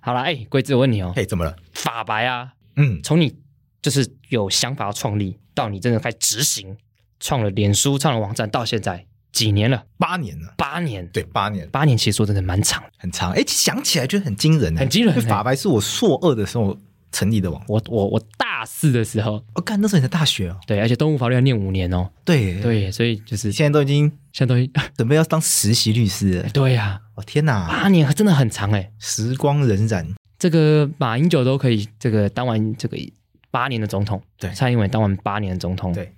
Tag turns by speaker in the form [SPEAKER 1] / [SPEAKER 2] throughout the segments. [SPEAKER 1] 好啦，哎、桂子，我问你哦、
[SPEAKER 2] 嘿，怎么了？
[SPEAKER 1] 法白啊，
[SPEAKER 2] 嗯，
[SPEAKER 1] 从你就是有想法要创立，到你真的开始执行，创了脸书，创了网站，到现在几年了？
[SPEAKER 2] 八年了，
[SPEAKER 1] 八年，
[SPEAKER 2] 对，八年
[SPEAKER 1] 八年其实说真的蛮长的。
[SPEAKER 2] 很长。哎，想起来觉得很惊人欸，
[SPEAKER 1] 很惊人
[SPEAKER 2] 因为
[SPEAKER 1] 欸
[SPEAKER 2] 法白是我硕二的时候成立的网站，
[SPEAKER 1] 我我我大四的时候，
[SPEAKER 2] 我干，那时候你在大学哦，
[SPEAKER 1] 对，而且动物法律要念五年哦、
[SPEAKER 2] 对，
[SPEAKER 1] 对，所以就是
[SPEAKER 2] 现在都已经
[SPEAKER 1] 相当于，。
[SPEAKER 2] 准备要当实习律师了
[SPEAKER 1] 对呀、
[SPEAKER 2] 哦天哪，
[SPEAKER 1] 八年真的很长哎、
[SPEAKER 2] 时光荏苒，
[SPEAKER 1] 这个马英九都可以这个当完这个八年的总统，
[SPEAKER 2] 对
[SPEAKER 1] 蔡英文当完八年的总统，
[SPEAKER 2] 对，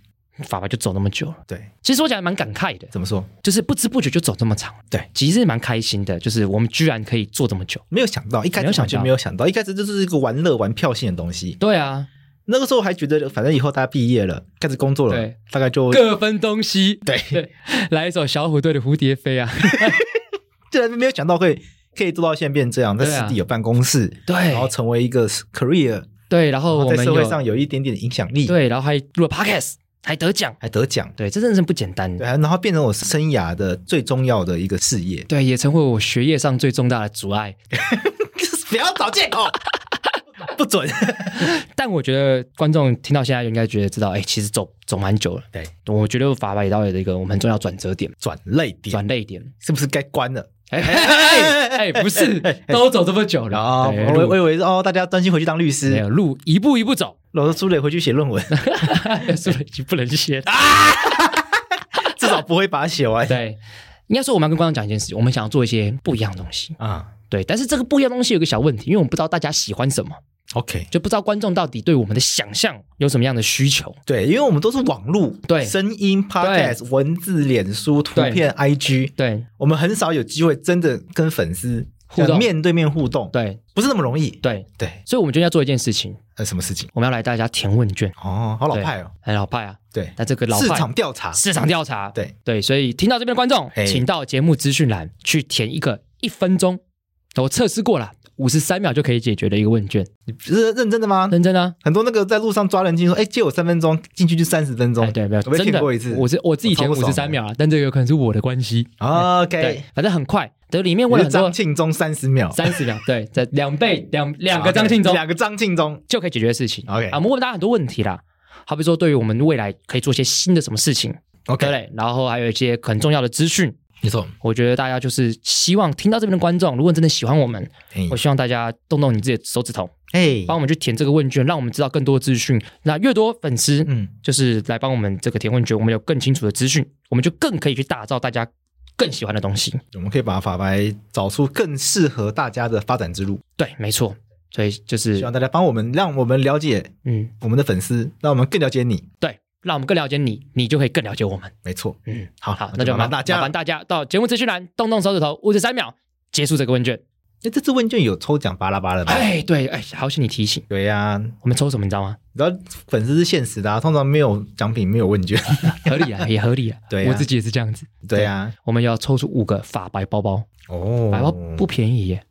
[SPEAKER 1] 法白就走那么久了。
[SPEAKER 2] 对，
[SPEAKER 1] 其实我讲得蛮感慨的，
[SPEAKER 2] 怎么说？
[SPEAKER 1] 就是不知不觉就走这么长，
[SPEAKER 2] 对，
[SPEAKER 1] 其实蛮开心的，就是我们居然可以做这么久。
[SPEAKER 2] 没有想到，一开
[SPEAKER 1] 没有
[SPEAKER 2] 始
[SPEAKER 1] 想
[SPEAKER 2] 完全
[SPEAKER 1] 到
[SPEAKER 2] 没有想到，一开始就是一个玩乐玩票性的东西。
[SPEAKER 1] 对啊，
[SPEAKER 2] 那个时候还觉得，反正以后大家毕业了，开始工作了
[SPEAKER 1] 对，
[SPEAKER 2] 大概就
[SPEAKER 1] 各分东西。
[SPEAKER 2] 对，
[SPEAKER 1] 对， 来一首小虎队的《蝴蝶飞》啊。
[SPEAKER 2] 竟然没有想到会可以做到现在变这样，在
[SPEAKER 1] 对啊
[SPEAKER 2] 实地有办公室，
[SPEAKER 1] 对
[SPEAKER 2] 然后成为一个 career，
[SPEAKER 1] 对，然后
[SPEAKER 2] 然
[SPEAKER 1] 我
[SPEAKER 2] 后
[SPEAKER 1] 们
[SPEAKER 2] 在社会上
[SPEAKER 1] 有
[SPEAKER 2] 有一点点影响力，，
[SPEAKER 1] 对，然后还录了 podcast，还得奖。
[SPEAKER 2] 还得奖，
[SPEAKER 1] 对，这真的是不简单。
[SPEAKER 2] 对，然后变成我生涯的最重要的一个事业。
[SPEAKER 1] 对，也成为我学业上最重大的阻碍。
[SPEAKER 2] 不要找借口， 不准。
[SPEAKER 1] 但我觉得观众听到现在应该觉得知道，哎，其实走走蛮久了。
[SPEAKER 2] 对，
[SPEAKER 1] 我觉得法白也到了一个我们很重要的转折点，
[SPEAKER 2] 转泪点
[SPEAKER 1] 转泪点。
[SPEAKER 2] 是不是该关了？
[SPEAKER 1] 哎哎哎，哎不是，都走这么久了，
[SPEAKER 2] 然后
[SPEAKER 1] 对
[SPEAKER 2] 我我以为是哦，大家专心回去当律
[SPEAKER 1] 没
[SPEAKER 2] 师，
[SPEAKER 1] 有路一步一步 走，
[SPEAKER 2] 然后苏磊回去写 论文，
[SPEAKER 1] 所以就不能歇。
[SPEAKER 2] 啊至少不会把它写完。
[SPEAKER 1] 对，应该说我们要跟观众讲一件事情，我们想要做一些不一样的东西。
[SPEAKER 2] 啊
[SPEAKER 1] 对，但是这个不一样的东西有一个小问题，因为我们不知道大家喜欢什么，
[SPEAKER 2] ，OK，
[SPEAKER 1] 就不知道观众到底对我们的想象有什么样的需求。
[SPEAKER 2] 对，因为我们都是网路，
[SPEAKER 1] 对
[SPEAKER 2] 声音、podcast、文字、脸书、图
[SPEAKER 1] 对
[SPEAKER 2] 片、IG，
[SPEAKER 1] 对
[SPEAKER 2] 我们很少有机会真的跟粉丝
[SPEAKER 1] 互
[SPEAKER 2] 呃
[SPEAKER 1] 动
[SPEAKER 2] 面对面互动，，
[SPEAKER 1] 对
[SPEAKER 2] 不是那么容易。
[SPEAKER 1] 对，
[SPEAKER 2] 对，
[SPEAKER 1] 所以我们就要做一件事情，
[SPEAKER 2] 呃，什么事情？
[SPEAKER 1] 我们要来大家填问卷，
[SPEAKER 2] 哦，好老派哦，
[SPEAKER 1] 很老派啊。
[SPEAKER 2] 对，
[SPEAKER 1] 那这个老派
[SPEAKER 2] 市场调查，
[SPEAKER 1] 市场调查，
[SPEAKER 2] 对
[SPEAKER 1] 对，所以听到这边的观众，
[SPEAKER 2] 嘿
[SPEAKER 1] 请到节目资讯栏去填一个一分钟，我测试过了，五十三秒就可以解决的一个问卷，
[SPEAKER 2] 你是认真的吗？
[SPEAKER 1] 认真啊。
[SPEAKER 2] 很多那个在路上抓人进去说，哎，借我三分钟，进去就三十分钟
[SPEAKER 1] 哎，，对，没有，
[SPEAKER 2] 我被
[SPEAKER 1] 真
[SPEAKER 2] 骗
[SPEAKER 1] 的，
[SPEAKER 2] 过一次，
[SPEAKER 1] 我是我自己填
[SPEAKER 2] 我
[SPEAKER 1] 五
[SPEAKER 2] 超不爽
[SPEAKER 1] 十三秒啊，但这个有可能是我的关系。
[SPEAKER 2] 哦
[SPEAKER 1] 对
[SPEAKER 2] OK，，
[SPEAKER 1] 反正很快，对，里面
[SPEAKER 2] 我
[SPEAKER 1] 问
[SPEAKER 2] 是
[SPEAKER 1] 了很多
[SPEAKER 2] 张庆忠三十秒，
[SPEAKER 1] 三十秒，对，这两倍两两个张庆忠
[SPEAKER 2] 两个张庆忠，
[SPEAKER 1] 就可以解决的事情。
[SPEAKER 2] OK
[SPEAKER 1] 啊，我们问大家很多问题啦，好比说对于我们未来可以做些新的什么事情，对
[SPEAKER 2] OK，
[SPEAKER 1] 不对？然后还有一些很重要的资讯，
[SPEAKER 2] 没错，
[SPEAKER 1] 我觉得大家就是希望听到这边的观众，如果真的喜欢我们，
[SPEAKER 2] 嘿
[SPEAKER 1] 我希望大家动动你自己的手指头，
[SPEAKER 2] 嘿
[SPEAKER 1] 帮我们去填这个问卷，让我们知道更多的资讯。那越多粉丝，
[SPEAKER 2] 嗯，
[SPEAKER 1] 就是来帮我们这个填问卷，我们有更清楚的资讯，我们就更可以去打造大家更喜欢的东西。
[SPEAKER 2] 我们可以把法白找出更适合大家的发展之路，
[SPEAKER 1] 对，没错，所以就
[SPEAKER 2] 希
[SPEAKER 1] 是
[SPEAKER 2] 望大家帮我们，让我们了解
[SPEAKER 1] 嗯，
[SPEAKER 2] 我们的粉丝，让我们更了解你，
[SPEAKER 1] 对，让我们更了解你，你就可以更了解我们。
[SPEAKER 2] 没错，
[SPEAKER 1] 嗯，
[SPEAKER 2] 好，
[SPEAKER 1] 好，那就
[SPEAKER 2] 麻
[SPEAKER 1] 麻
[SPEAKER 2] 烦大家
[SPEAKER 1] 麻
[SPEAKER 2] 了
[SPEAKER 1] 烦。大家到节目资讯栏动动手指头，五十三秒结束这个问卷。
[SPEAKER 2] 那哎这次问卷有抽奖巴拉巴拉的吗，
[SPEAKER 1] 哎，对，哎，好险你提醒，
[SPEAKER 2] 对呀，
[SPEAKER 1] 我们抽什么你知道 吗？
[SPEAKER 2] 然后粉丝是现实的啊，通常没有奖品，没有 问卷，
[SPEAKER 1] 合理啊，也合理啊。
[SPEAKER 2] 对啊
[SPEAKER 1] 我自己也是这样子。
[SPEAKER 2] 对呀，
[SPEAKER 1] 我们要抽出五个法白包包，
[SPEAKER 2] 哦
[SPEAKER 1] 法白包不便宜耶，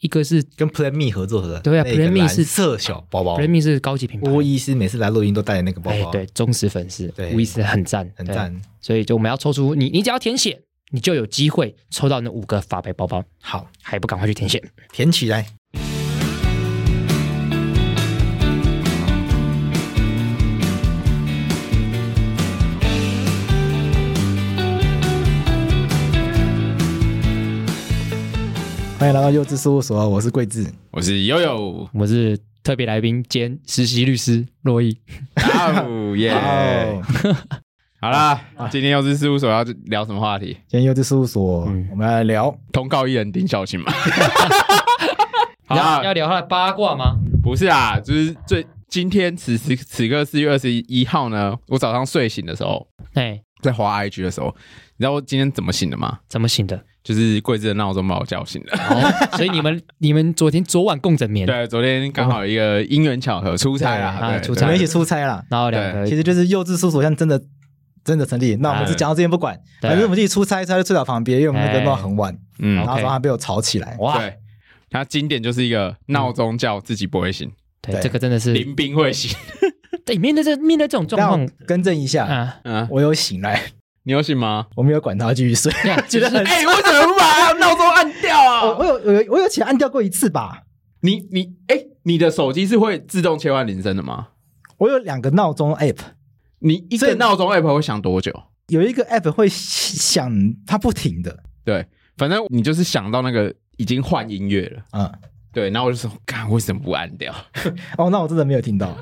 [SPEAKER 1] 一个是
[SPEAKER 2] 跟 Plan Me 合作的，
[SPEAKER 1] 对啊
[SPEAKER 2] 那个
[SPEAKER 1] Plan Me
[SPEAKER 2] 蓝
[SPEAKER 1] 是
[SPEAKER 2] 色小包包
[SPEAKER 1] r e m i 是高级品牌。
[SPEAKER 2] 郭医师每次来录音都带那个包
[SPEAKER 1] 哎
[SPEAKER 2] 包，，
[SPEAKER 1] 对，忠实粉丝，
[SPEAKER 2] 对
[SPEAKER 1] 无疑是很赞，
[SPEAKER 2] 很
[SPEAKER 1] 对
[SPEAKER 2] 赞。
[SPEAKER 1] 所以就我们要抽出你，你只要填写，你就有机会抽到那五个法白包包，
[SPEAKER 2] 好，
[SPEAKER 1] 还不赶快去填写？
[SPEAKER 2] 填起来。欢迎来到幼稚事务所，我是桂智。
[SPEAKER 3] 我是悠悠，
[SPEAKER 1] 我是特别来宾兼实习律师洛伊。
[SPEAKER 3] 哦耶！
[SPEAKER 2] 哦，
[SPEAKER 3] 好啦，今天又是事务所要聊什么话题？
[SPEAKER 2] 今天幼稚事务所，
[SPEAKER 1] 嗯
[SPEAKER 2] 我们来聊
[SPEAKER 3] 通告艺人丁孝庆嘛？
[SPEAKER 1] 要
[SPEAKER 3] 好
[SPEAKER 1] 要
[SPEAKER 3] 啦，
[SPEAKER 1] 聊他的八卦吗？
[SPEAKER 3] 不是啊，就是最今天此时此刻四月二十一号呢，我早上睡醒的时候，
[SPEAKER 1] 哎，
[SPEAKER 3] 在滑 IG 的时候，你知道我今天怎么醒的吗？
[SPEAKER 1] 怎么醒的？
[SPEAKER 3] 就是桂枝的闹钟把我叫醒的。
[SPEAKER 1] 哦，所以你们 你们昨天昨晚共枕眠，
[SPEAKER 3] 对，昨天刚好一个因缘巧合出差
[SPEAKER 2] 对
[SPEAKER 3] 啦，
[SPEAKER 1] 啊
[SPEAKER 3] 对
[SPEAKER 1] 出哎
[SPEAKER 2] 我
[SPEAKER 1] 差
[SPEAKER 2] 们一起出差啦。
[SPEAKER 1] 然后两
[SPEAKER 2] 其
[SPEAKER 1] 个
[SPEAKER 2] 实就是幼稚事务所，像真的真的成立。那我们是讲到这边不管，
[SPEAKER 1] 哎对啊
[SPEAKER 2] 反正我们自己出差，出差就睡到旁边，因为我们那个
[SPEAKER 1] 哎
[SPEAKER 2] 弄到很晚，
[SPEAKER 3] 嗯
[SPEAKER 2] 然后
[SPEAKER 1] OK 哦
[SPEAKER 2] 早上还被我吵起来。
[SPEAKER 1] 哇，
[SPEAKER 3] 对。它经典就是一个闹钟叫自己不会醒，
[SPEAKER 1] 对，
[SPEAKER 2] 对
[SPEAKER 1] 这个真的是
[SPEAKER 3] 林兵会醒。
[SPEAKER 1] 对面对这面对这种状
[SPEAKER 2] 让我
[SPEAKER 1] 况
[SPEAKER 2] 更正一下，
[SPEAKER 1] 啊，
[SPEAKER 3] 嗯，
[SPEAKER 2] 我有醒来，
[SPEAKER 3] 你有醒吗？
[SPEAKER 2] 我没有管他，继续睡。
[SPEAKER 1] 这样
[SPEAKER 2] 觉得 很
[SPEAKER 3] 哎、为什么不把闹钟按掉
[SPEAKER 2] 我
[SPEAKER 3] 啊？
[SPEAKER 1] 哦
[SPEAKER 2] 我有我有我有起来按掉过一次吧？
[SPEAKER 3] 你你哎、你的手机是会自动切换铃声的吗？
[SPEAKER 2] 我有两个闹钟 app，
[SPEAKER 3] 你一
[SPEAKER 2] 所以
[SPEAKER 3] 个闹钟 app 会响多久？
[SPEAKER 2] 有一个 app 会响它不停的，
[SPEAKER 3] 对，反正你就是想到那个已经换音乐了，
[SPEAKER 2] 嗯，
[SPEAKER 3] 对，然后我就说，干为什么不按掉？
[SPEAKER 2] 哦，那我真的没有听到。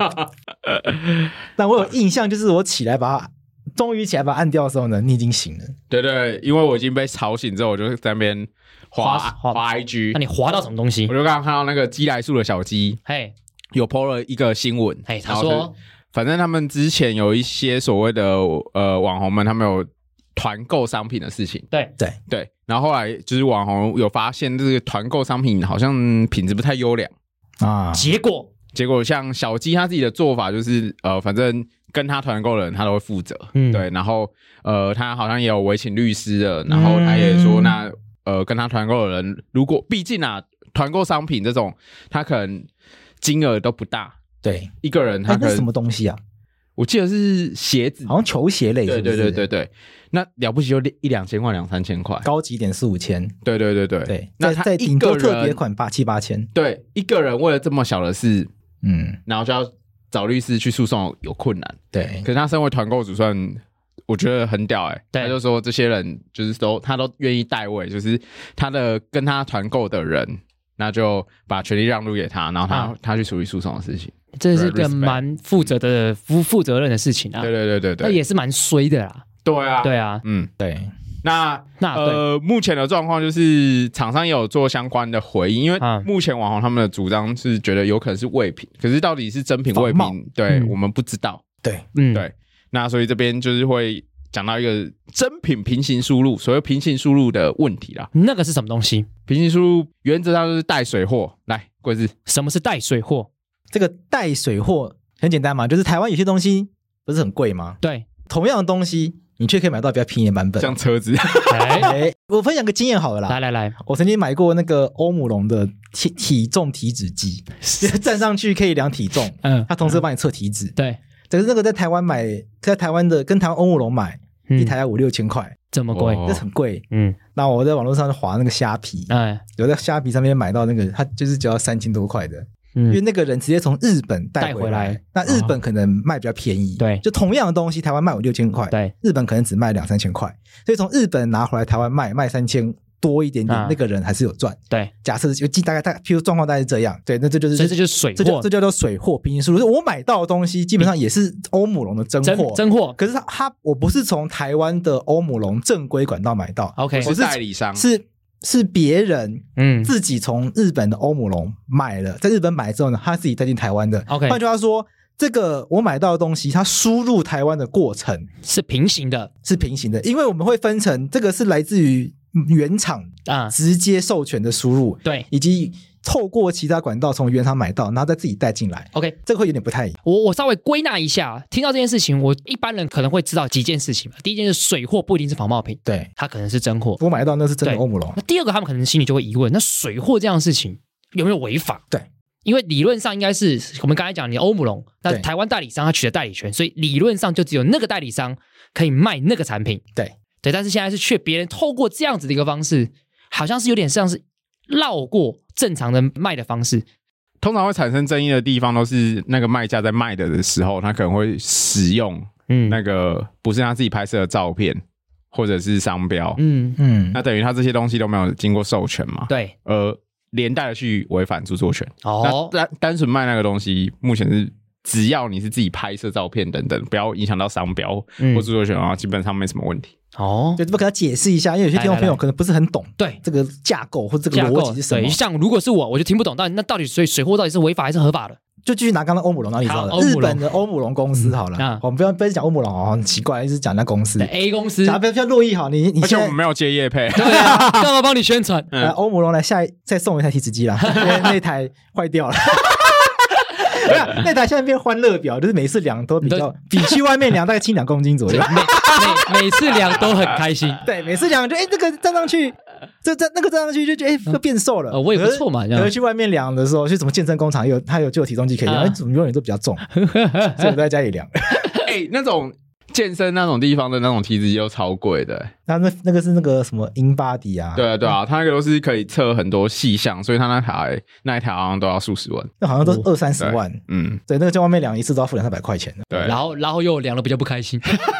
[SPEAKER 2] 但我有印象，就是我起来把它，终于起来把它按掉的时候呢，你已经醒了。
[SPEAKER 3] 对对，因为我已经被吵醒之后，我就在那边滑
[SPEAKER 1] 滑
[SPEAKER 3] 滑
[SPEAKER 1] 滑
[SPEAKER 3] IG，
[SPEAKER 1] 那你滑到什么东西
[SPEAKER 3] 我？就刚刚看到那个基来树的小鸡
[SPEAKER 1] 嘿，
[SPEAKER 3] 有 PO 了一个新闻，
[SPEAKER 1] 嘿，他
[SPEAKER 3] 然后是
[SPEAKER 1] 说，
[SPEAKER 3] 反正他们之前有一些所谓的呃网红们，他们有团购商品的事情，
[SPEAKER 1] 对
[SPEAKER 2] 对
[SPEAKER 3] 对，然后后来就是网红有发现这个团购商品好像品质不太优良，
[SPEAKER 2] 啊，
[SPEAKER 1] 结果，
[SPEAKER 3] 结果像小鸡他自己的做法就是呃，反正跟他团购的人他都会负责，
[SPEAKER 1] 嗯，
[SPEAKER 3] 对，然后呃他好像也有委请律师的，然后他也说
[SPEAKER 1] 嗯
[SPEAKER 3] 那呃跟他团购的人如果毕竟啊团购商品这种他可能金额都不大。
[SPEAKER 2] 对，
[SPEAKER 3] 一个人
[SPEAKER 2] 它
[SPEAKER 3] 他可
[SPEAKER 2] 那是什
[SPEAKER 3] 能
[SPEAKER 2] 么东西啊？
[SPEAKER 3] 我记得是鞋子，
[SPEAKER 2] 好像球鞋类是不
[SPEAKER 3] 对
[SPEAKER 2] 是，
[SPEAKER 3] 对对对对，那了不起就一两千块、两三千块，
[SPEAKER 2] 高级一点四五千，
[SPEAKER 3] 对对对对
[SPEAKER 2] 对，
[SPEAKER 3] 那
[SPEAKER 2] 再
[SPEAKER 3] 他
[SPEAKER 2] 再
[SPEAKER 3] 一
[SPEAKER 2] 顶
[SPEAKER 3] 个
[SPEAKER 2] 多特别
[SPEAKER 3] 人，
[SPEAKER 2] 款八七八千，
[SPEAKER 3] 对一个人为了这么小的事，
[SPEAKER 2] 嗯，
[SPEAKER 3] 然后就要找律师去诉讼有困难。
[SPEAKER 2] 对
[SPEAKER 3] 可，是他身为团购主算，我觉得很屌哎、
[SPEAKER 1] 对
[SPEAKER 3] 他就说这些人就是都他都愿意代位，就是他的跟他团购的人。那就把权利让渡给他，然后他、
[SPEAKER 1] 啊
[SPEAKER 3] 他去处理诉讼的事情。
[SPEAKER 1] 这是个
[SPEAKER 3] respect
[SPEAKER 1] 蛮负责的、负负责任的事情啊
[SPEAKER 3] 对，对对对
[SPEAKER 1] 那
[SPEAKER 3] 对，
[SPEAKER 1] 也是蛮衰的啦。
[SPEAKER 3] 对啊，
[SPEAKER 1] 对啊，
[SPEAKER 3] 嗯，
[SPEAKER 2] 对，
[SPEAKER 3] 那
[SPEAKER 1] 那对，
[SPEAKER 3] 呃，目前的状况就是厂商也有做相关的回应，因为
[SPEAKER 1] 啊
[SPEAKER 3] 目前网红他们的主张是觉得有可能是未品，可是到底是真品
[SPEAKER 2] 仿
[SPEAKER 3] 未
[SPEAKER 2] 冒
[SPEAKER 3] 品，对、
[SPEAKER 1] 嗯
[SPEAKER 3] 我们不知道。
[SPEAKER 1] 嗯，
[SPEAKER 3] 对那所以这边就是会讲到一个真品平行输入，所谓平行输入的问题啦。
[SPEAKER 1] 那个是什么东西？
[SPEAKER 3] 平行输入原则上就是带水货，来贵子，
[SPEAKER 1] 什么是带水货？
[SPEAKER 2] 这个带水货很简单嘛，就是台湾有些东西不是很贵吗？
[SPEAKER 1] 对，
[SPEAKER 2] 同样的东西，你却可以买到比较便宜的版本。
[SPEAKER 3] 像车子，
[SPEAKER 1] 哎，
[SPEAKER 2] 哎，我分享个经验好了啦
[SPEAKER 1] 来，来来，
[SPEAKER 2] 我曾经买过那个欧姆龙的体体重体脂机，就是 站上去可以量体重，
[SPEAKER 1] 嗯，
[SPEAKER 2] 它同时帮你测体脂。
[SPEAKER 1] 对，
[SPEAKER 2] 但是那个在台湾买，在台湾的跟台湾欧姆龙买，
[SPEAKER 1] 嗯
[SPEAKER 2] 一台要五六千块，
[SPEAKER 1] 这么贵，
[SPEAKER 3] 哦
[SPEAKER 2] 这很贵。
[SPEAKER 1] 嗯，
[SPEAKER 2] 那我在网络上就划那个虾皮，
[SPEAKER 1] 哎，
[SPEAKER 2] 有在虾皮上面买到那个，它就是只要三千多块的，因为
[SPEAKER 1] 嗯，
[SPEAKER 2] 那个人直接从日本带回
[SPEAKER 1] 带回
[SPEAKER 2] 来
[SPEAKER 1] 来，
[SPEAKER 2] 那日本可能卖比较便宜，
[SPEAKER 1] 对
[SPEAKER 2] 就同样的东西，台湾卖五六千块，
[SPEAKER 1] 对，
[SPEAKER 2] 日本可能只卖两三千块，所以从日本拿回来台湾卖卖三千多一点点
[SPEAKER 1] 啊，
[SPEAKER 2] 那个人还是有赚。
[SPEAKER 1] 对，
[SPEAKER 2] 假设有大概大，譬如状况大概是这样，对，那这就是
[SPEAKER 1] 所以这就是水
[SPEAKER 2] 这
[SPEAKER 1] 货
[SPEAKER 2] 叫这，叫做水货平行输入。我买到的东西基本上也是欧姆龙的真
[SPEAKER 1] 真
[SPEAKER 2] 货，
[SPEAKER 1] 真货
[SPEAKER 2] 可是它它我不是从台湾的欧姆龙正规管道买到，
[SPEAKER 1] ，OK，
[SPEAKER 3] 是
[SPEAKER 2] 是
[SPEAKER 3] 代理商，
[SPEAKER 2] 是是别人
[SPEAKER 1] 嗯，
[SPEAKER 2] 自己从日本的欧姆龙买了，在日本买之后呢，他自己带进台湾的。
[SPEAKER 1] OK
[SPEAKER 2] 换句话说，这个我买到的东西，它输入台湾的过程
[SPEAKER 1] 是平行的
[SPEAKER 2] 是平行的，因为我们会分成这个是来自于原厂
[SPEAKER 1] 啊，
[SPEAKER 2] 直接授权的输入，
[SPEAKER 1] 对
[SPEAKER 2] 以及透过其他管道从原厂买到，然后再自己带进来，
[SPEAKER 1] ，OK，
[SPEAKER 2] 这个会有点不太一样。
[SPEAKER 1] 我我稍微归纳一下，啊听到这件事情，我一般人可能会知道几件事情吧。第一件是水货不一定是仿冒品，
[SPEAKER 2] 对，
[SPEAKER 1] 它可能是真货。
[SPEAKER 2] 我买到那是真的
[SPEAKER 1] 对
[SPEAKER 2] 欧姆龙，
[SPEAKER 1] 那第二个，他们可能心里就会疑问：那水货这样的事情有没有违法？
[SPEAKER 2] 对，
[SPEAKER 1] 因为理论上应该是我们刚才讲，你欧姆龙，那
[SPEAKER 2] 对
[SPEAKER 1] 台湾代理商他取得代理权，所以理论上就只有那个代理商可以卖那个产品。
[SPEAKER 2] 对
[SPEAKER 1] 对，但是现在是却别人透过这样子的一个方式，好像是有点像是绕过正常的卖的方式。
[SPEAKER 3] 通常会产生争议的地方都是那个卖家在卖的的时候，他可能会使用
[SPEAKER 1] 嗯
[SPEAKER 3] 那个不是他自己拍摄的照片或者是商标，
[SPEAKER 1] 嗯，
[SPEAKER 2] 嗯，
[SPEAKER 3] 那等于他这些东西都没有经过授权嘛，
[SPEAKER 1] 对，
[SPEAKER 3] 呃，连带的去违反著作权。
[SPEAKER 1] 哦
[SPEAKER 3] 那，单单纯卖那个东西，目前是只要你是自己拍摄照片等等，不要影响到商标
[SPEAKER 1] 嗯
[SPEAKER 3] 或著作权的话，基本上没什么问题。
[SPEAKER 1] 哦，
[SPEAKER 2] 对，这不给他解释一下，因为有些听众朋
[SPEAKER 1] 来来
[SPEAKER 2] 友
[SPEAKER 1] 来
[SPEAKER 2] 可能不是很懂
[SPEAKER 1] 对，
[SPEAKER 2] 这个架构或这个
[SPEAKER 1] 架
[SPEAKER 2] 逻
[SPEAKER 1] 构
[SPEAKER 2] 辑是什么
[SPEAKER 1] 对，。像如果是我，我就听不懂，到底那到底水水货到底是违法还是合法的？
[SPEAKER 2] 就继续拿刚刚欧姆龙哪里知道
[SPEAKER 1] 好
[SPEAKER 2] 的？
[SPEAKER 1] 欧姆
[SPEAKER 2] 日
[SPEAKER 1] 龙
[SPEAKER 2] 本的欧姆龙公司好了
[SPEAKER 1] 嗯啊，
[SPEAKER 2] 我们不要不要讲欧姆龙哦，很奇怪，一直讲那公司
[SPEAKER 1] 对。A 公司，
[SPEAKER 2] 假如
[SPEAKER 1] 对
[SPEAKER 2] 不要洛伊好，你你
[SPEAKER 3] 而且
[SPEAKER 2] 现
[SPEAKER 3] 我
[SPEAKER 2] 在
[SPEAKER 3] 们没有接 业配，
[SPEAKER 1] 啊，干嘛帮你宣传？
[SPEAKER 3] 嗯
[SPEAKER 2] 来欧姆龙来下一再送我一台提子机啦， 因为那台坏掉了。没有那台现在变欢乐表，就是每次量都比较比去外面量大概轻两公斤左右。
[SPEAKER 1] 每每次量都很开心，
[SPEAKER 2] 对，每次量就哎、这个站上去，这站那个站上去就觉得哎、又变瘦了。
[SPEAKER 1] 呃我也不错嘛这
[SPEAKER 2] 可
[SPEAKER 1] 样
[SPEAKER 2] 是可是去外面量的时候，去什么健身工厂有他有就有体重计可以量，
[SPEAKER 1] 啊
[SPEAKER 2] 哎怎么永远都比 较重？所以我在家里量。
[SPEAKER 1] 啊
[SPEAKER 3] 哎、那种健身那种地方的那种体脂机都超贵的、
[SPEAKER 2] 那那那个是那个什么 InBody 啊，
[SPEAKER 3] 对，啊，对啊，它那个都是可以测很多细项，所以它那台那一台好像都要数十万。
[SPEAKER 2] 那好像都是二三十万。
[SPEAKER 3] 嗯，
[SPEAKER 2] 对，那个在外面量一次都要付两三百块 钱的
[SPEAKER 3] ，对。
[SPEAKER 4] 然后然后又量的比较不开心，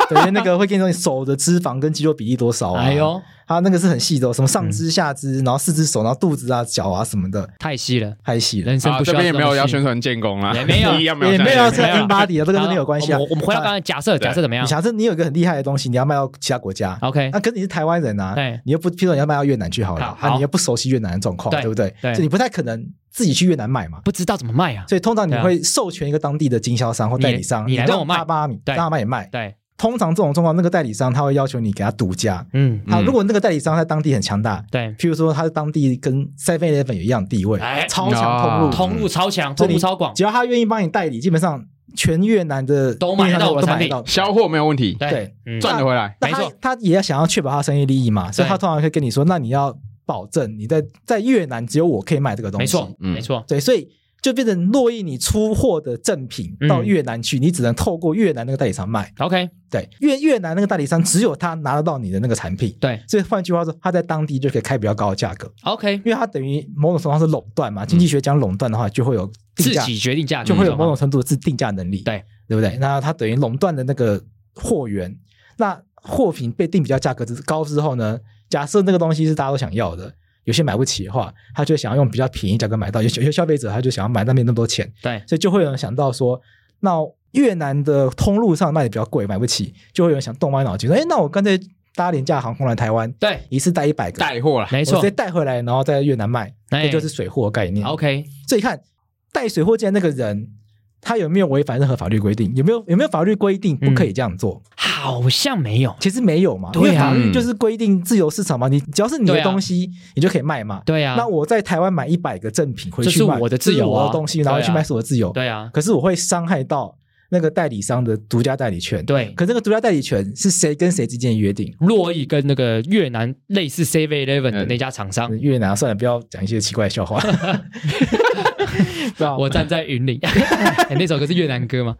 [SPEAKER 2] 对，因为那个会跟你说你手的脂肪跟肌肉比例多少啊，
[SPEAKER 4] 哎呦，
[SPEAKER 2] 它那个是很细的哦，什么上肢、下肢，然后四肢手，然后肚子啊、脚啊什么的，
[SPEAKER 1] 太细了，
[SPEAKER 2] 太细了。
[SPEAKER 4] 人生
[SPEAKER 3] 啊，
[SPEAKER 4] 不需
[SPEAKER 3] 这
[SPEAKER 4] 要
[SPEAKER 3] 边也没有要
[SPEAKER 4] 这
[SPEAKER 3] 宣
[SPEAKER 4] 么细
[SPEAKER 3] 传建工啦，
[SPEAKER 1] 也没有
[SPEAKER 3] 一样没有
[SPEAKER 2] 也
[SPEAKER 3] 宣传
[SPEAKER 2] 没
[SPEAKER 3] 建功，
[SPEAKER 2] 有要测
[SPEAKER 1] 没有
[SPEAKER 2] InBody 啊，这个
[SPEAKER 1] 好
[SPEAKER 2] 跟没有关系啊
[SPEAKER 1] 哦我。们我们回到刚才假设，假设怎么样
[SPEAKER 2] 你想这你有一个很厉害的东西，你要卖到其他国家
[SPEAKER 1] ？OK，
[SPEAKER 2] 那可是你是台湾人啊
[SPEAKER 1] 对，
[SPEAKER 2] 你又不，譬如说你要卖到越南去好了，
[SPEAKER 1] 好
[SPEAKER 2] 啊，你又不熟悉越南的状况，
[SPEAKER 1] 对
[SPEAKER 2] 对不对？
[SPEAKER 1] 对
[SPEAKER 2] 所以你不太可能自己去越南卖嘛。
[SPEAKER 1] 不知道怎么卖啊？
[SPEAKER 2] 所以通常你
[SPEAKER 1] 对啊
[SPEAKER 2] 会授权一个当地的经销商或代理商，
[SPEAKER 1] 你你来
[SPEAKER 2] 让
[SPEAKER 1] 帮我卖
[SPEAKER 2] 他帮你
[SPEAKER 1] 对
[SPEAKER 2] 让他帮你卖。
[SPEAKER 1] 对，
[SPEAKER 2] 通常这种状况，那个代理商他会要求你给他独家。
[SPEAKER 1] 嗯，
[SPEAKER 3] 嗯
[SPEAKER 2] 啊，如果那个代理商在当地很强大，
[SPEAKER 1] 对，
[SPEAKER 2] 譬如说他在当地跟 Seven Eleven 有一样地位
[SPEAKER 1] 哎，
[SPEAKER 2] 超强通路，
[SPEAKER 3] 啊
[SPEAKER 1] 通路超强，
[SPEAKER 2] 这
[SPEAKER 1] 通
[SPEAKER 2] 里
[SPEAKER 1] 路超广，
[SPEAKER 2] 只要他愿意帮你代理，基本上全越南的
[SPEAKER 1] 都买得到我的
[SPEAKER 2] 都
[SPEAKER 1] 产
[SPEAKER 2] 买
[SPEAKER 1] 品
[SPEAKER 2] 得到。
[SPEAKER 3] 销货没有问题，
[SPEAKER 1] 对
[SPEAKER 2] 对，
[SPEAKER 1] 嗯
[SPEAKER 3] 赚得回来。
[SPEAKER 2] 那
[SPEAKER 1] 没
[SPEAKER 2] 他
[SPEAKER 1] 错
[SPEAKER 2] 他也要想要确保他生意利益嘛，所以
[SPEAKER 1] 对
[SPEAKER 2] 他通常会跟你说，那你要保证你在在越南只有我可以卖这个东西，
[SPEAKER 1] 没错，
[SPEAKER 3] 嗯
[SPEAKER 1] 没错，
[SPEAKER 2] 对，所以就变成洛邑你出货的正品
[SPEAKER 1] 嗯
[SPEAKER 2] 到越南去，你只能透过越南那个代理商卖，
[SPEAKER 1] ，OK，
[SPEAKER 2] 对，越越南那个代理商只有他拿得到你的那个产品，
[SPEAKER 1] 对
[SPEAKER 2] 所以换句话说，他在当地就可以开比较高的价格，
[SPEAKER 1] ，OK，
[SPEAKER 2] 因为他等于某种程度上是垄断
[SPEAKER 1] 嗯
[SPEAKER 2] 嘛，经济学讲垄断的话，就会有定
[SPEAKER 1] 自
[SPEAKER 2] 价，
[SPEAKER 1] 己决定价格
[SPEAKER 2] 就会有
[SPEAKER 1] 嗯
[SPEAKER 2] 某种程度的自定价能力，
[SPEAKER 1] 对
[SPEAKER 2] 对不对？那它等于垄断的那个货源，那货品被定比较价格之高之后呢，假设那个东西是大家都想要的，有些买不起的话，他就想要用比较便宜价格买到，有些有些消费者他就想要买那边那么多钱，
[SPEAKER 1] 对，
[SPEAKER 2] 所以就会有人想到说，那越南的通路上卖的比较贵，买不起，就会有人想动歪脑筋说，哎，那我干脆搭廉价航空来台湾，
[SPEAKER 1] 对，
[SPEAKER 2] 一次带一百个，
[SPEAKER 3] 带货啦，
[SPEAKER 1] 没
[SPEAKER 2] 没
[SPEAKER 1] 错
[SPEAKER 2] 直接，带回来，然后在越南卖，
[SPEAKER 1] 哎
[SPEAKER 2] 这就是水货的概念。
[SPEAKER 1] ，OK，
[SPEAKER 2] 所以看带水货进来那个人，他有没有违反任何法律规定？有没有有没有法律规定不可以这样做？
[SPEAKER 1] 好像没有，
[SPEAKER 2] 其实没有嘛，因
[SPEAKER 1] 嗯对
[SPEAKER 2] 为
[SPEAKER 1] 啊
[SPEAKER 2] 法律就是规定自由市场嘛，你只要是你
[SPEAKER 1] 对
[SPEAKER 2] 的
[SPEAKER 1] 啊
[SPEAKER 2] 东西，你就可以卖嘛。
[SPEAKER 1] 对啊
[SPEAKER 2] 那，我在台湾买一百个正品回
[SPEAKER 1] 这是
[SPEAKER 2] 去卖，
[SPEAKER 1] 我的自由啊
[SPEAKER 2] 这是我的东西，然后
[SPEAKER 1] 对啊
[SPEAKER 2] 去卖是我的自由。
[SPEAKER 1] 对啊，
[SPEAKER 2] 可是我会伤害到那个代理商的独家代理权。，
[SPEAKER 1] 对，
[SPEAKER 2] 可这个独家代理权是谁跟谁之间的 约定？
[SPEAKER 1] 洛邑跟那个越南类似 Save Eleven
[SPEAKER 2] 嗯
[SPEAKER 1] 的那家厂商，
[SPEAKER 2] 越南啊算了，不要讲一些奇怪的 笑话。 不要
[SPEAKER 1] 我站在云 里，哎那首歌是越南歌吗？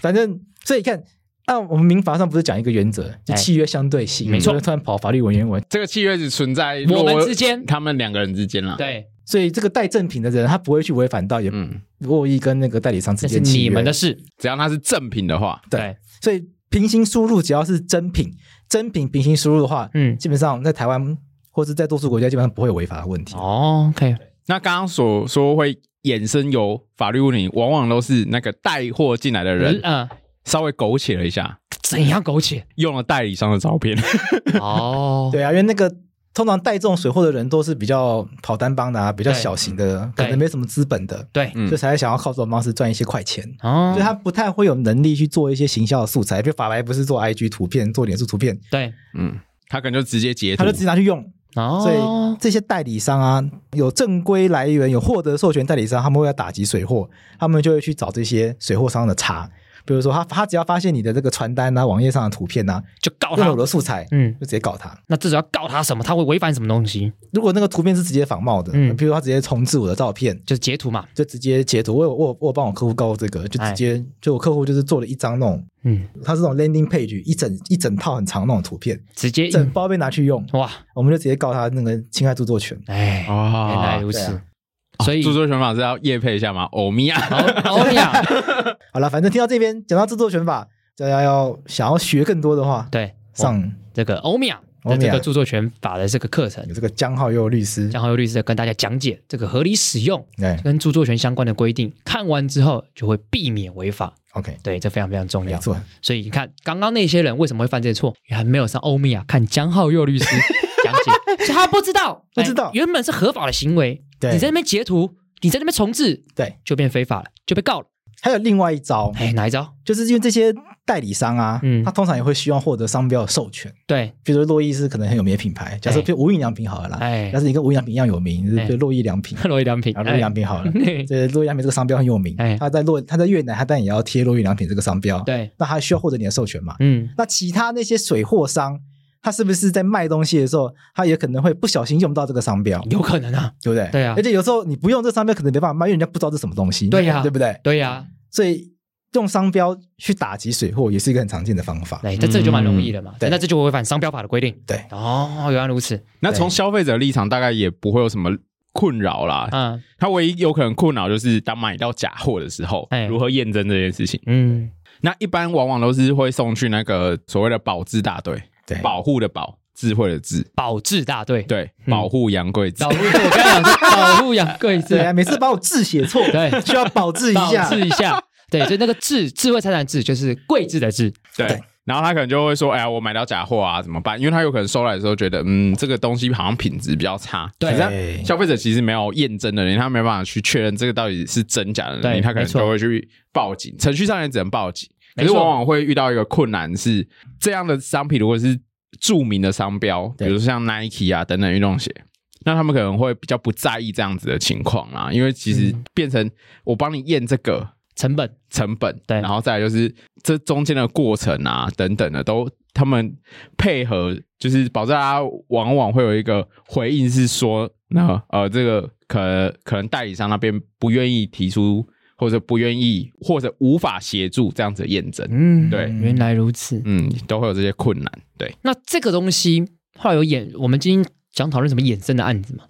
[SPEAKER 2] 反正所以看，按、我们民法上不是讲一个原则，就
[SPEAKER 1] 哎
[SPEAKER 2] 契约相对性，
[SPEAKER 1] 没错
[SPEAKER 2] 不能突然跑法律文言文，
[SPEAKER 3] 这个契约只存在
[SPEAKER 1] 我们
[SPEAKER 3] 洛
[SPEAKER 1] 之间
[SPEAKER 3] 他们两个人之间
[SPEAKER 2] 啊
[SPEAKER 3] 啦。，
[SPEAKER 1] 对，
[SPEAKER 2] 所以这个带正品的人他不会去违反到也
[SPEAKER 3] 嗯，
[SPEAKER 2] 洛伊跟那个代理商之
[SPEAKER 1] 这是
[SPEAKER 2] 间契约
[SPEAKER 1] 你们的，事，
[SPEAKER 3] 只要它是正品的话，
[SPEAKER 2] 对所以平行输入只要是真品，真品平行输入的话，
[SPEAKER 1] 嗯，
[SPEAKER 2] 基本上在台湾或是在多数国家基本上不会有违法的问题。
[SPEAKER 1] 哦，OK，
[SPEAKER 3] 那刚刚所说会衍生有法律问题，往往都是那个带货进来的人
[SPEAKER 1] 嗯，
[SPEAKER 3] 稍微苟且了一下，
[SPEAKER 1] 怎样苟且？
[SPEAKER 3] 用了代理商的照片。
[SPEAKER 1] 哦，
[SPEAKER 2] 对啊，因为那个。通常带这种水货的人都是比较跑单帮的啊，比较小型的，
[SPEAKER 1] 对
[SPEAKER 2] 可能没什么资本的，
[SPEAKER 1] 嗯对，
[SPEAKER 3] 嗯
[SPEAKER 2] 所以才会想要靠这种方式赚一些快钱。
[SPEAKER 1] 哦
[SPEAKER 2] 所以，他不太会有能力去做一些行销的素材，比如法白不是做 IG 图片、做脸书图片，
[SPEAKER 1] 对，
[SPEAKER 3] 嗯， 他可能就直接截图，
[SPEAKER 2] 他就直接拿去用。所
[SPEAKER 1] 哦
[SPEAKER 2] 以，这些代理商啊，有正规来源、有获得授权代理商，他们为了打击水货，他们就会去找这些水货商的茬。比如说他，他只要发现你的这个传单啊、网页上的图片啊，
[SPEAKER 1] 就告
[SPEAKER 2] 用了
[SPEAKER 1] 他
[SPEAKER 2] 我，的素材，
[SPEAKER 1] 嗯
[SPEAKER 2] 就直接告他。
[SPEAKER 1] 那至少要告他什么？他会违反什么东西？
[SPEAKER 2] 如果那个图片是直接仿冒的，
[SPEAKER 1] 嗯
[SPEAKER 2] 比如说他直接重置我的照片，
[SPEAKER 1] 就是截图嘛，
[SPEAKER 2] 就直接截图。我有我有我有帮我客户告过这个，就直接就我客户就是做了一张那种
[SPEAKER 1] 嗯，
[SPEAKER 2] 它是那种 landing page 一整一整套很长那种图片，
[SPEAKER 1] 直接
[SPEAKER 2] 整包被拿去用，
[SPEAKER 1] 哇，
[SPEAKER 2] 我们就直接告他那个侵害著作权。
[SPEAKER 1] 哎，
[SPEAKER 3] 哦
[SPEAKER 1] 原来如
[SPEAKER 2] 对
[SPEAKER 1] 此
[SPEAKER 2] 啊，
[SPEAKER 1] 所以哦
[SPEAKER 3] 著作权法是要业配一下吗？欧米 亚，
[SPEAKER 1] 欧米亚，
[SPEAKER 2] 好了，反正听到这边讲到著作权法，大家要想要学更多的话，
[SPEAKER 1] 对，
[SPEAKER 2] 上
[SPEAKER 1] 这个欧米亚的
[SPEAKER 2] 欧米
[SPEAKER 1] 这
[SPEAKER 2] 亚
[SPEAKER 1] 个著作权法的这个课程
[SPEAKER 2] 有。这个江浩佑律师，哎
[SPEAKER 1] 江浩佑律师跟大家讲解这个合理使用
[SPEAKER 2] 对
[SPEAKER 1] 跟著作权相关的规定，看完之后就会避免违法。
[SPEAKER 2] ，OK，
[SPEAKER 1] 对，这非常非常重
[SPEAKER 2] 没
[SPEAKER 1] 要。
[SPEAKER 2] 错，
[SPEAKER 1] 所以你看，刚刚那些人为什么会犯这些错，也还没有上欧米亚看江浩佑 律师讲解，所以他不知道，
[SPEAKER 2] 不知道
[SPEAKER 1] 哎原本是合法的行为，
[SPEAKER 2] 对
[SPEAKER 1] 你在那边截图，你在那边重置，
[SPEAKER 2] 对，
[SPEAKER 1] 就变非法了，就被告了。
[SPEAKER 2] 还有另外一招，
[SPEAKER 1] 哎，哪一招？
[SPEAKER 2] 就是因为这些代理商啊，
[SPEAKER 1] 嗯
[SPEAKER 2] 他通常也会希望获得商标的授权。
[SPEAKER 1] 对，
[SPEAKER 2] 比如说洛伊是可能很有名的品牌，假设
[SPEAKER 1] 哎
[SPEAKER 2] 譬如无印良品好了啦，
[SPEAKER 1] 哎
[SPEAKER 2] 但，是你跟无印良品一样有名，就是
[SPEAKER 1] 哎
[SPEAKER 2] 譬如洛伊良品，
[SPEAKER 1] 洛伊良品，哎
[SPEAKER 2] 然后洛伊良
[SPEAKER 1] 品，
[SPEAKER 2] 品好了，这洛伊良品这个商标很有名
[SPEAKER 1] 哎，
[SPEAKER 2] 他在洛他在越南，他当然也要贴洛伊良品这个商标，
[SPEAKER 1] 对，
[SPEAKER 2] 那他需要获得你的授权嘛？
[SPEAKER 1] 嗯，
[SPEAKER 2] 那其他那些水货商，他是不是在卖东西的时候，他也可能会不小心用到这个商标，
[SPEAKER 1] 有可能啊，
[SPEAKER 2] 对不对？
[SPEAKER 1] 对啊
[SPEAKER 2] 而且有时候你不用这商标，可能没办法卖，因为人家不知道这什么东西。
[SPEAKER 1] 对呀啊
[SPEAKER 2] 对不对？
[SPEAKER 1] 对呀，
[SPEAKER 2] 所以。用商标去打击水货也是一个很常见的方法。
[SPEAKER 1] 对，哎但这就蛮容易的嘛。
[SPEAKER 2] 对
[SPEAKER 1] 那这就违反商标法的规定。
[SPEAKER 2] 对
[SPEAKER 1] 哦，原来如此。
[SPEAKER 3] 那从消费者立场，大概也不会有什么困扰啦。
[SPEAKER 1] 嗯
[SPEAKER 3] 他唯一有可能困扰就是当买到假货的时候
[SPEAKER 1] 哎，
[SPEAKER 3] 如何验证这件事情。
[SPEAKER 1] 嗯，
[SPEAKER 3] 那一般往往都是会送去那个所谓的保质大队，
[SPEAKER 1] 哎
[SPEAKER 2] 对，
[SPEAKER 3] 保护的保，智慧的智，
[SPEAKER 1] 保质大队，
[SPEAKER 3] 对，
[SPEAKER 1] 嗯
[SPEAKER 3] 保护洋贵子
[SPEAKER 4] 保。护，我刚刚讲是保护养贵子
[SPEAKER 2] 对，啊，每次把我字写错，
[SPEAKER 1] 对，
[SPEAKER 2] 需要保质一
[SPEAKER 1] 保
[SPEAKER 2] 下。
[SPEAKER 1] 质一下。对，所以那个智智慧财产的智就是贵智的智，
[SPEAKER 3] 对
[SPEAKER 2] 对。
[SPEAKER 3] 然后他可能就会说：“哎呀，我买到假货啊，怎么办？”因为他有可能收来的时候觉得，嗯，这个东西好像品质比较差。
[SPEAKER 1] 对
[SPEAKER 3] 可是他消费者其实没有验证的能力，他没办法去确认这个到底是真假的能力，
[SPEAKER 1] 对
[SPEAKER 3] 他可能
[SPEAKER 1] 没错
[SPEAKER 3] 就会去报警。程序上也只能报警，可
[SPEAKER 1] 没
[SPEAKER 3] 是
[SPEAKER 1] 错
[SPEAKER 3] 往往会遇到一个困难是，这样的商品如果是著名的商标，比
[SPEAKER 2] 对
[SPEAKER 3] 如说像 Nike 啊等等运动鞋，那他们可能会比较不在意这样子的情况啦，因为其实
[SPEAKER 1] 嗯
[SPEAKER 3] 变成我帮你验这个，
[SPEAKER 1] 成本
[SPEAKER 3] 成本，
[SPEAKER 1] 对
[SPEAKER 3] 然后再来就是这中间的过程啊，等等的，都他们配合，就是保证大家往往会有一个回应是说，那呃，这个可可能代理商那边不愿意提出，或者不愿意，或者无法协助这样子的验证，
[SPEAKER 1] 嗯
[SPEAKER 3] 对
[SPEAKER 1] 原来如此。
[SPEAKER 3] 嗯，都会有这些困难，对，
[SPEAKER 1] 那这个东西后来有衍，我们今天想讨论什么衍生的案子嘛？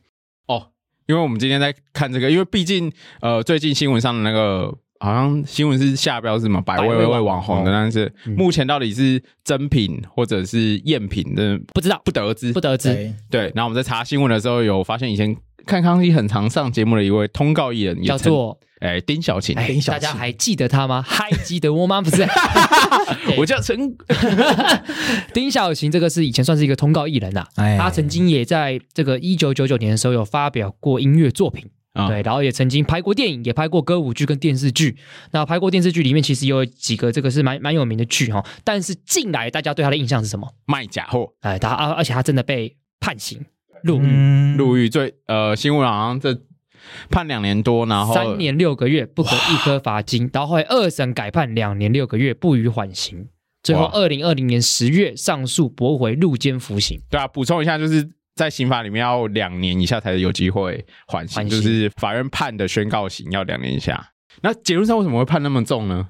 [SPEAKER 3] 哦，因为我们今天在看这个，因为毕竟呃，最近新闻上的那个好像新闻是下标是什么百
[SPEAKER 1] 百
[SPEAKER 3] 位
[SPEAKER 1] 位
[SPEAKER 3] 位
[SPEAKER 1] 网
[SPEAKER 3] 网红的，
[SPEAKER 1] 红
[SPEAKER 3] 但是
[SPEAKER 1] 嗯
[SPEAKER 3] 目前到底是真品或者是赝品，真的
[SPEAKER 1] 不知道，
[SPEAKER 3] 不得知。
[SPEAKER 1] 不得知，
[SPEAKER 2] 对，
[SPEAKER 3] 对，然后我们在查新闻的时候，有发现以前看康熙很常上节目的一位通告艺人，也
[SPEAKER 1] 叫
[SPEAKER 3] 曾
[SPEAKER 1] 做
[SPEAKER 3] 哎丁小琴，
[SPEAKER 1] 哎
[SPEAKER 2] 丁，小
[SPEAKER 1] 大家
[SPEAKER 2] 琪
[SPEAKER 1] 还记得他吗？还记得我吗？不是，
[SPEAKER 3] 我叫陈，
[SPEAKER 1] 丁小晴这个是以前算是一个通告艺人啊呐、
[SPEAKER 2] 哎
[SPEAKER 1] 他曾经也在这个一九九九年的时候有发表过音乐作品，
[SPEAKER 3] 啊
[SPEAKER 1] 对，然后也曾经拍过电影，也拍过歌舞剧跟电视剧。那拍过电视剧里面其实有几个这个是蛮蛮有名的剧哈、哦，但是进来大家对他的印象是什么？
[SPEAKER 3] 卖假货
[SPEAKER 1] 哎，他而而且他真的被判刑入狱、
[SPEAKER 2] 嗯
[SPEAKER 3] 入狱最呃新闻好像这判两年多，然后啊
[SPEAKER 1] 三年六个月，不得一颗罚金，然后后来二审改判两年六个月，不予缓刑。最后，
[SPEAKER 3] 哇
[SPEAKER 1] 二零二零年十月上诉驳回，入监服刑。
[SPEAKER 3] 对啊，补充一下，就是在刑法里面要两年以下才有机会缓刑，
[SPEAKER 1] 缓刑
[SPEAKER 3] 就是法院判的宣告刑要两年以下。那结论上为什么会判那么重呢？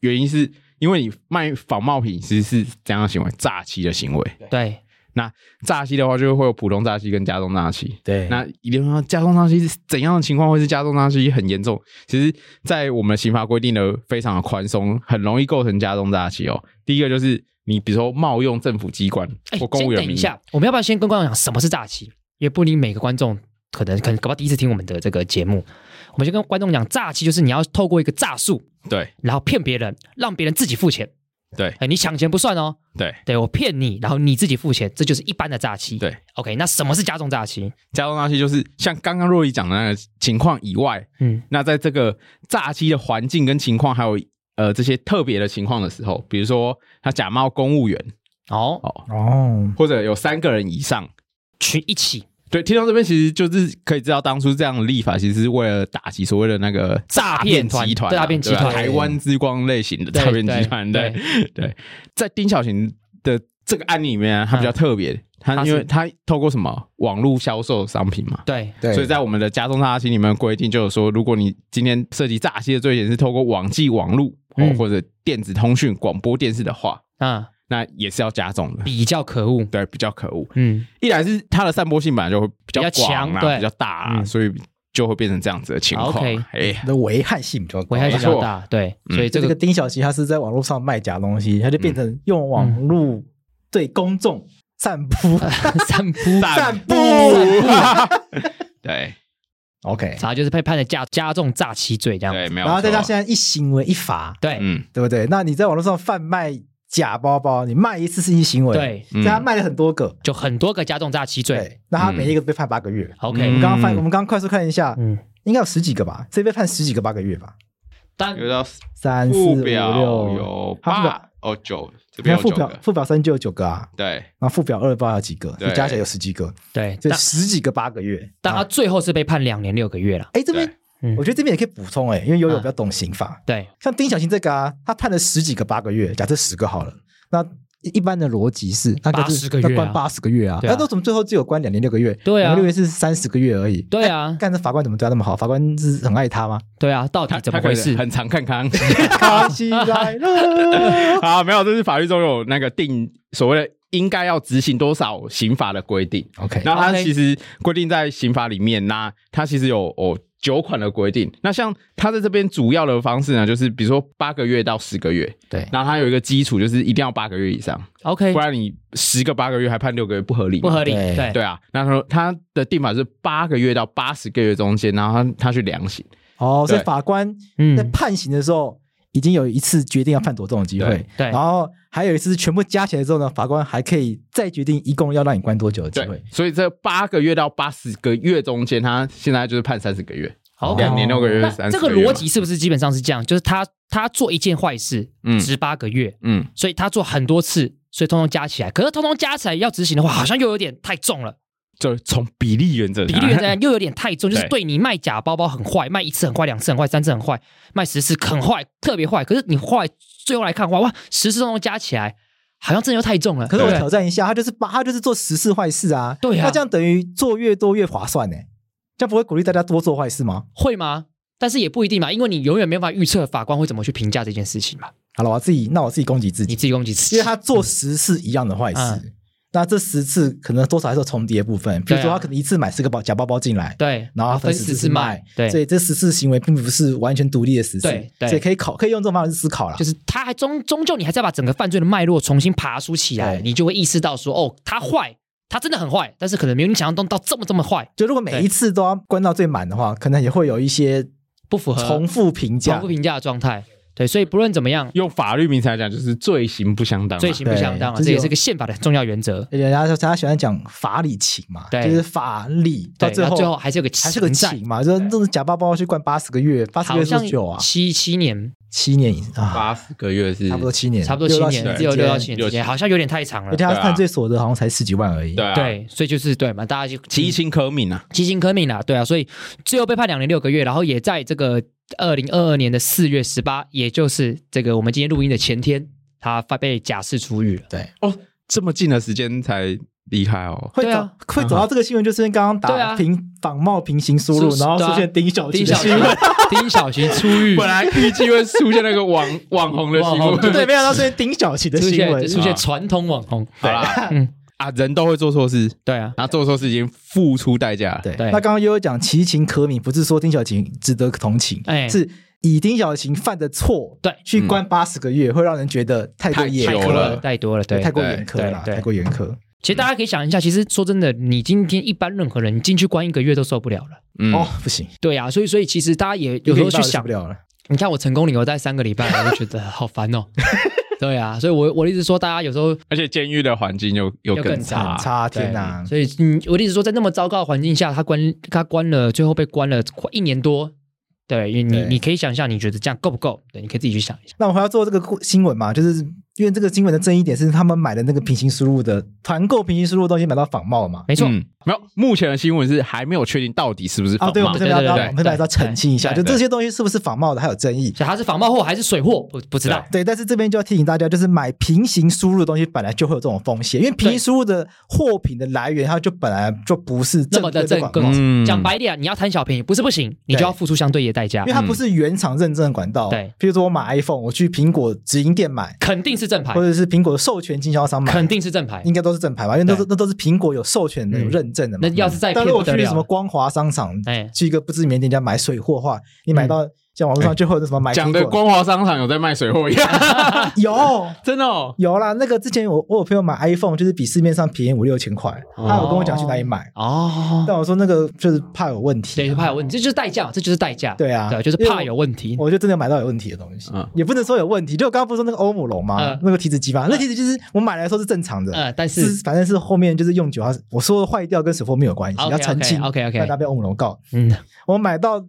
[SPEAKER 3] 原因是因为你卖仿冒品其实是怎样的行为？诈欺的行为。
[SPEAKER 1] 对，
[SPEAKER 3] 诈欺的话，就会有普通诈欺跟加重诈欺。
[SPEAKER 2] 对，
[SPEAKER 3] 那一定要加重诈欺是怎样的情况会是加重诈欺很严重？其实，在我们刑法规定的非常的宽松，很容易构成加重诈欺哦。第一个就是你比如说冒用政府机关
[SPEAKER 1] 哎
[SPEAKER 3] 或公务
[SPEAKER 1] 先
[SPEAKER 3] 员
[SPEAKER 1] 等
[SPEAKER 3] 名
[SPEAKER 1] 一
[SPEAKER 3] 义，
[SPEAKER 1] 下，我们要不要先跟观众讲什么是诈欺？也不一定每个观众可能可能搞不好第一次听我们的这个节目，我们先跟观众讲，诈欺就是你要透过一个诈术，
[SPEAKER 3] 对
[SPEAKER 1] 然后骗别人，让别人自己付钱。
[SPEAKER 3] 对
[SPEAKER 1] 哎，你抢钱不算哦，
[SPEAKER 3] 对，
[SPEAKER 1] 对我骗你，然后你自己付钱，这就是一般的诈欺。
[SPEAKER 3] 对
[SPEAKER 1] ，OK，那什么是加重诈欺？
[SPEAKER 3] 加重诈欺就是像刚刚若仪讲的那个情况以外，
[SPEAKER 1] 嗯，
[SPEAKER 3] 那在这个诈欺的环境跟情况，还有呃这些特别的情况的时候，比如说他假冒公务员，
[SPEAKER 1] 哦，
[SPEAKER 2] 哦，
[SPEAKER 3] 或者有三个人以上。
[SPEAKER 1] 群一起
[SPEAKER 3] 对，听到这边其实就是可以知道，当初这样的立法其实是为了打击所谓的那个
[SPEAKER 1] 诈
[SPEAKER 3] 骗
[SPEAKER 1] 骗团
[SPEAKER 3] 集团啊、
[SPEAKER 1] 对诈骗集
[SPEAKER 3] 对啊
[SPEAKER 1] 团
[SPEAKER 3] 台湾之光类型的
[SPEAKER 1] 对
[SPEAKER 3] 诈骗集团。对，
[SPEAKER 1] 对
[SPEAKER 3] 在丁小琴的这个案例里面啊，他比较特别，他
[SPEAKER 1] 嗯他是
[SPEAKER 3] 因为他透过什么网络销售商品嘛，
[SPEAKER 1] 对，
[SPEAKER 2] 对，
[SPEAKER 3] 所以在我们的加重诈欺里面规定，就有说，如果你今天涉及诈欺的罪嫌是透过网际网路、哦
[SPEAKER 1] 嗯
[SPEAKER 3] 或者电子通讯、广播电视的话，
[SPEAKER 1] 嗯，
[SPEAKER 3] 那也是要加重的。
[SPEAKER 1] 比较可恶，
[SPEAKER 3] 对，比较可恶。
[SPEAKER 1] 嗯，
[SPEAKER 3] 一来是它的散播性本来就会比较
[SPEAKER 1] 比较
[SPEAKER 3] 广
[SPEAKER 1] 强
[SPEAKER 3] 啊，
[SPEAKER 1] 对
[SPEAKER 3] 比较大啊，
[SPEAKER 1] 嗯
[SPEAKER 3] 所以就会变成这样子的情况。
[SPEAKER 1] OK
[SPEAKER 3] 哎，
[SPEAKER 2] 的危害性比较高。
[SPEAKER 1] 危害性比较
[SPEAKER 3] 没错
[SPEAKER 1] 大，对，
[SPEAKER 3] 嗯
[SPEAKER 1] 所以
[SPEAKER 2] 就
[SPEAKER 1] 这
[SPEAKER 2] 这
[SPEAKER 1] 个
[SPEAKER 2] 个丁小琪，他是在网络上卖假东西，他就变成用网
[SPEAKER 3] 嗯
[SPEAKER 2] 络对公众散布
[SPEAKER 3] 哎
[SPEAKER 1] 散步
[SPEAKER 2] 散布。
[SPEAKER 3] 对
[SPEAKER 2] OK，
[SPEAKER 1] 啥就是被判了加加重诈欺罪这样。
[SPEAKER 3] 对，没有错。
[SPEAKER 2] 然后再加现在一行为一罚，
[SPEAKER 1] 对
[SPEAKER 3] 嗯，
[SPEAKER 2] 对不对？那你在网络上贩卖假包包，你卖一次是一行为，，
[SPEAKER 1] 对，
[SPEAKER 3] 嗯
[SPEAKER 2] 他卖了很多个，
[SPEAKER 1] 就很多个加重诈欺罪。
[SPEAKER 2] 对，那他每一个都被判八个月。我
[SPEAKER 1] OK，
[SPEAKER 2] 们刚刚
[SPEAKER 3] 嗯
[SPEAKER 2] 翻，我们刚刚快速看一下，
[SPEAKER 1] 嗯，
[SPEAKER 2] 应该有十几个吧？这被判十几个八个月吧？
[SPEAKER 1] 但
[SPEAKER 3] 有到
[SPEAKER 2] 三四五
[SPEAKER 3] 副表
[SPEAKER 2] 六，
[SPEAKER 3] 有
[SPEAKER 2] 它副
[SPEAKER 3] 八
[SPEAKER 2] 表
[SPEAKER 3] 哦九，这
[SPEAKER 2] 你
[SPEAKER 3] 边
[SPEAKER 2] 看
[SPEAKER 3] 有九
[SPEAKER 2] 副表
[SPEAKER 3] 个，
[SPEAKER 2] 副表三就有九个啊，
[SPEAKER 3] 对，
[SPEAKER 2] 然后副表二不知道有几个，
[SPEAKER 3] 对
[SPEAKER 2] 就加起来有十几个，
[SPEAKER 1] 对，
[SPEAKER 2] 就
[SPEAKER 1] 但
[SPEAKER 2] 十几个八个月。
[SPEAKER 1] 但他
[SPEAKER 2] 啊
[SPEAKER 1] 最后是被判两年六个月了。
[SPEAKER 2] 哎这边
[SPEAKER 1] 对嗯，
[SPEAKER 2] 我觉得这边也可以补充哎，因为悠悠
[SPEAKER 1] 啊
[SPEAKER 2] 比较懂刑法，
[SPEAKER 1] 对，
[SPEAKER 2] 像丁小琴这个啊，他判了十几个八个月，假设十个好了，那一般的逻辑是，那个
[SPEAKER 1] 80
[SPEAKER 2] 是
[SPEAKER 1] 个月啊
[SPEAKER 2] 那关八十个月啊，
[SPEAKER 1] 对啊
[SPEAKER 2] 那都怎么最后只有关两年六个月？
[SPEAKER 1] 对啊
[SPEAKER 2] 两年六个月是三十个月而已。哎
[SPEAKER 1] 对啊
[SPEAKER 2] 干这法官怎么对他那么好？法官是很爱他吗？
[SPEAKER 1] 对啊，到底
[SPEAKER 3] 他
[SPEAKER 1] 怎么回事
[SPEAKER 3] 他可能？很常看康。
[SPEAKER 2] 卡起 来了，
[SPEAKER 3] 啊，没有，这是法律中有那个定所谓的应该要执行多少刑罚的规定。
[SPEAKER 2] OK
[SPEAKER 3] 然后它
[SPEAKER 1] OK
[SPEAKER 3] 其实规定在刑法里面，那它其实有哦九款的规定。那像它在这边主要的方式呢，就是比如说八个月到十个月，
[SPEAKER 2] 对
[SPEAKER 3] 然后它有一个基础，就是一定要八个月以上，
[SPEAKER 1] OK，
[SPEAKER 3] 不然你十个八个月还判六个月不合理嘛，
[SPEAKER 1] 不合理，
[SPEAKER 2] 对
[SPEAKER 1] 对
[SPEAKER 3] 对啊，那他说他的定法是八个月到八十个月中间，然后他他去量刑。
[SPEAKER 2] 哦，所以
[SPEAKER 3] 对
[SPEAKER 2] 法官在
[SPEAKER 1] 嗯，
[SPEAKER 2] 判刑的时候，已经有一次决定要判多重的机会
[SPEAKER 3] 对，
[SPEAKER 1] 对
[SPEAKER 2] 然后还有一次全部加起来之后呢，法官还可以再决定一共要让你关多久的机
[SPEAKER 3] 对
[SPEAKER 2] 会。，
[SPEAKER 3] 所以这八个月到八十个月中间，他现在就是判三十个月，
[SPEAKER 1] 好
[SPEAKER 3] 两年六个月，
[SPEAKER 1] 哦那
[SPEAKER 3] 三
[SPEAKER 1] 这
[SPEAKER 3] 十
[SPEAKER 1] 个
[SPEAKER 3] 月嘛
[SPEAKER 1] 逻辑，是不是基本上是这样？就是他他做一件坏事，
[SPEAKER 3] 嗯
[SPEAKER 1] 值八个月，
[SPEAKER 3] 嗯，
[SPEAKER 1] 所以他做很多次，所以通通加起来。可是通通加起来要执行的话，好像又有点太重了，
[SPEAKER 3] 就从比例原则，
[SPEAKER 1] 比例原则又有点太重，就是
[SPEAKER 3] 对
[SPEAKER 1] 对你卖假包包很坏，卖一次很坏，两次很坏，三次很坏，卖十次很坏，特别坏。可是你坏，最后来看的话，哇，十次通通加起来，好像真的又太重了。
[SPEAKER 2] 可是我
[SPEAKER 1] 对不对
[SPEAKER 2] 挑战一下，他就是把他就是做十次坏事啊，
[SPEAKER 1] 对啊
[SPEAKER 2] 那这样等于做越多越划算呢、欸这样不会鼓励大家多做坏事吗？
[SPEAKER 1] 会吗？但是也不一定嘛，因为你永远没办法预测法官会怎么去评价这件事情嘛。
[SPEAKER 2] 好了，我自己那我自己攻击自
[SPEAKER 1] 你
[SPEAKER 2] 己，
[SPEAKER 1] 自己攻击自己，
[SPEAKER 2] 因为他做十次一样的坏事，
[SPEAKER 1] 嗯
[SPEAKER 2] 那这十次可能多少还是有重叠的部分，比如说
[SPEAKER 1] 对啊
[SPEAKER 2] 他可能一次买十个包假包包进来，
[SPEAKER 1] 对，啊
[SPEAKER 2] 然后他
[SPEAKER 1] 分
[SPEAKER 2] 分
[SPEAKER 1] 十
[SPEAKER 2] 十
[SPEAKER 1] 次
[SPEAKER 2] 次
[SPEAKER 1] 卖
[SPEAKER 2] 卖，，
[SPEAKER 1] 对，
[SPEAKER 2] 所以这十次行为并不是完全独立的十次
[SPEAKER 1] 对，对
[SPEAKER 2] 所以可以考可以用这种方式思考了
[SPEAKER 1] 就。是他还终终究你还在把整个犯罪的脉络重新爬梳起来，
[SPEAKER 2] 对
[SPEAKER 1] 你就会意识到说，哦，他坏，他真的很坏，但是可能没有你想象中到这么这么坏，
[SPEAKER 2] 就如果每一次都要关到最满的话，可能也会有一些
[SPEAKER 1] 不符合
[SPEAKER 2] 重复评价
[SPEAKER 1] 重复。评价的状态。对，所以不论怎么样，
[SPEAKER 3] 用法律名词来讲，就是罪行不相当嘛。
[SPEAKER 1] 罪行不
[SPEAKER 2] 对
[SPEAKER 1] 相当了，
[SPEAKER 2] 就是
[SPEAKER 1] 这也
[SPEAKER 2] 有
[SPEAKER 1] 是个宪法的很重要原则。
[SPEAKER 2] 人家说大家喜欢讲法理情嘛，
[SPEAKER 1] 对
[SPEAKER 2] 就是法理到
[SPEAKER 1] 对，
[SPEAKER 2] 最
[SPEAKER 1] 那
[SPEAKER 2] 后
[SPEAKER 1] 最后还是有个
[SPEAKER 2] 还是个
[SPEAKER 1] 在
[SPEAKER 2] 情嘛，就是这种假包包去关八十个月，八十个
[SPEAKER 1] 好
[SPEAKER 2] 月是
[SPEAKER 1] 像
[SPEAKER 2] 多久啊？
[SPEAKER 1] 七七年，
[SPEAKER 2] 七年以上啊，
[SPEAKER 3] 八十个月是
[SPEAKER 2] 差不多七年，
[SPEAKER 1] 差不多
[SPEAKER 2] 六到
[SPEAKER 1] 七年，只
[SPEAKER 2] 之
[SPEAKER 1] 有
[SPEAKER 2] 间
[SPEAKER 1] 六到七年
[SPEAKER 3] 六
[SPEAKER 1] 之间，好像有点太长了
[SPEAKER 2] 而且。他
[SPEAKER 3] 对啊
[SPEAKER 2] 犯罪所得好像才十几万而已。
[SPEAKER 3] 对啊，
[SPEAKER 1] 对，所以就是对嘛，大家就
[SPEAKER 3] 其情可悯啊。
[SPEAKER 1] 基金科命啦，对啊，所以最后被判两年六个月，然后也在这个二零二二年的四月十八，也就是这个我们今天录音的前天，他发被假释出狱了。
[SPEAKER 2] 对，
[SPEAKER 3] 哦这么近的时间才离开哦，
[SPEAKER 2] 会
[SPEAKER 1] 对
[SPEAKER 2] 走
[SPEAKER 1] 啊
[SPEAKER 2] 会走到这个新闻，就是因为刚刚
[SPEAKER 1] 对
[SPEAKER 2] 打
[SPEAKER 1] 啊
[SPEAKER 2] 平仿冒平行输入，
[SPEAKER 1] 是
[SPEAKER 2] 然后
[SPEAKER 1] 对啊
[SPEAKER 2] 出现丁小
[SPEAKER 1] 丁
[SPEAKER 2] 琪
[SPEAKER 1] 小
[SPEAKER 2] 的
[SPEAKER 1] 徐
[SPEAKER 2] 新闻，
[SPEAKER 1] 丁小徐出狱，
[SPEAKER 3] 本来预计会出现那个 网网红的新
[SPEAKER 1] 嗯网
[SPEAKER 3] 闻
[SPEAKER 1] 红。
[SPEAKER 2] 对，没想到出现丁小琪的
[SPEAKER 1] 出
[SPEAKER 2] 新
[SPEAKER 1] 现
[SPEAKER 2] 闻，
[SPEAKER 1] 出现传统网红，
[SPEAKER 3] 好啦，
[SPEAKER 1] 嗯
[SPEAKER 3] 啊，人都会做错事，
[SPEAKER 1] 对啊，
[SPEAKER 3] 然后做错事已经付出代价了。
[SPEAKER 2] 对，
[SPEAKER 1] 对
[SPEAKER 2] 那刚刚悠悠讲其情可悯，不是说丁小晴值得同情，
[SPEAKER 1] 哎
[SPEAKER 2] 是以丁小晴犯的错，
[SPEAKER 1] 对
[SPEAKER 2] 去关八十个月，会让人觉得太过
[SPEAKER 3] 太
[SPEAKER 2] 严
[SPEAKER 3] 久
[SPEAKER 2] 苛
[SPEAKER 3] 了
[SPEAKER 1] 呃太多了，对
[SPEAKER 2] 对，太。嗯过
[SPEAKER 3] 对
[SPEAKER 2] 严苛了，
[SPEAKER 1] 对对
[SPEAKER 2] 太过严苛。
[SPEAKER 1] 其实大家可以想一下，其实说真的，你今天一般任何人，你进去关一个月都受不了了。
[SPEAKER 3] 嗯，
[SPEAKER 2] 哦，不行，
[SPEAKER 1] 对啊，所以所以其实大家也有时候
[SPEAKER 2] 一个礼拜
[SPEAKER 1] 去
[SPEAKER 2] 我就受
[SPEAKER 1] 想
[SPEAKER 2] 不，了了。
[SPEAKER 1] 你看我成功理由在三个礼 拜，我就觉得好烦哦。对啊，所以我我的意思说，大家有时候
[SPEAKER 3] 而且监狱的环境又
[SPEAKER 1] 又
[SPEAKER 3] 又更
[SPEAKER 1] 更
[SPEAKER 3] 差，
[SPEAKER 2] 很差，天
[SPEAKER 1] 啊对
[SPEAKER 2] 哪！
[SPEAKER 1] 所以，嗯，我的意思说，在那么糟糕的环境下，他关他关了，最后被关了快一年多。对，你你
[SPEAKER 2] 对
[SPEAKER 1] 你可以想象，你觉得这样够不够？对，你可以自己去想一下。
[SPEAKER 2] 那我还要做这个故新闻嘛，就是因为这个新闻的争议点是他们买的那个平行输入的团购平行输入的东西买到仿冒嘛。
[SPEAKER 1] 没错，
[SPEAKER 3] 嗯，没有，目前的新闻是还没有确定到底是不是
[SPEAKER 2] 啊，
[SPEAKER 3] 仿
[SPEAKER 2] 对，我
[SPEAKER 3] 冒
[SPEAKER 2] 们这
[SPEAKER 1] 对
[SPEAKER 2] 边要
[SPEAKER 1] 对
[SPEAKER 2] 要
[SPEAKER 1] 对
[SPEAKER 2] 我们这边还是要澄清一下，
[SPEAKER 1] 对
[SPEAKER 2] 就
[SPEAKER 1] 对
[SPEAKER 2] 这些东西是不是仿冒的还有争议。
[SPEAKER 1] 所以他是仿冒货还是水货，不不知道。
[SPEAKER 2] 对，但是这边就要提醒大家，就是买平行输入的东西本来就会有这种风险，因为平行输入的货品的来源，它就本来就不是
[SPEAKER 1] 那
[SPEAKER 2] 正
[SPEAKER 1] 么
[SPEAKER 2] 规
[SPEAKER 1] 的正
[SPEAKER 2] 管
[SPEAKER 1] 更
[SPEAKER 2] 道，
[SPEAKER 3] 嗯
[SPEAKER 1] 讲白一点，你要贪小便宜不是不行，你就要付出相对的代价
[SPEAKER 2] 因为，它不是原厂认证的管道。
[SPEAKER 1] 对，
[SPEAKER 2] 譬如说我买 iPhone，我去苹果直营店买，
[SPEAKER 1] 肯定是正牌
[SPEAKER 2] 或，者是苹果的授权经销商买，
[SPEAKER 1] 肯定是正牌。
[SPEAKER 2] 应该都是正牌吧，因为都是那都是苹果有授权的、
[SPEAKER 1] 嗯
[SPEAKER 2] 有认证的嘛
[SPEAKER 1] 那。要是再
[SPEAKER 2] 但
[SPEAKER 1] 骗
[SPEAKER 2] 如
[SPEAKER 1] 不
[SPEAKER 2] 果
[SPEAKER 1] 得了
[SPEAKER 2] 去什么
[SPEAKER 1] 了，
[SPEAKER 2] 光华商场，
[SPEAKER 1] 哎，嗯
[SPEAKER 2] 去一个不知名店家买水货的话，你买到像网络上就会有那什么买
[SPEAKER 3] 讲
[SPEAKER 2] 苹
[SPEAKER 3] 的
[SPEAKER 2] 果
[SPEAKER 3] 光华商场有在卖水货一样，
[SPEAKER 2] 有
[SPEAKER 3] 真的哦。
[SPEAKER 2] 有啦，那个之前我我有朋友买 iPhone，就是比市面上便宜五六千块，他有跟我讲去哪里买，
[SPEAKER 1] 哦，
[SPEAKER 2] 但我说那个就是怕有问题啊
[SPEAKER 1] 对，，怕有问题，这就是代价，这就是代价。
[SPEAKER 2] 对啊
[SPEAKER 1] 对，就是怕有问题。
[SPEAKER 2] 我就真的买到有问题的东西
[SPEAKER 3] 嗯，
[SPEAKER 2] 也不能说有问题，就我刚刚不是说那个欧姆龙嘛
[SPEAKER 1] 嗯，
[SPEAKER 2] 那个提子机嘛，那提子机是我买来的时候是正常的，
[SPEAKER 1] 呃，但
[SPEAKER 2] 是
[SPEAKER 1] 是，
[SPEAKER 2] 反正是后面就是用久，它是我说坏掉跟水货没有关系，
[SPEAKER 1] OK，
[SPEAKER 2] 要澄清
[SPEAKER 1] OK，OK，OK
[SPEAKER 2] 不然大家被欧姆龙告。
[SPEAKER 1] 嗯，
[SPEAKER 2] 我买到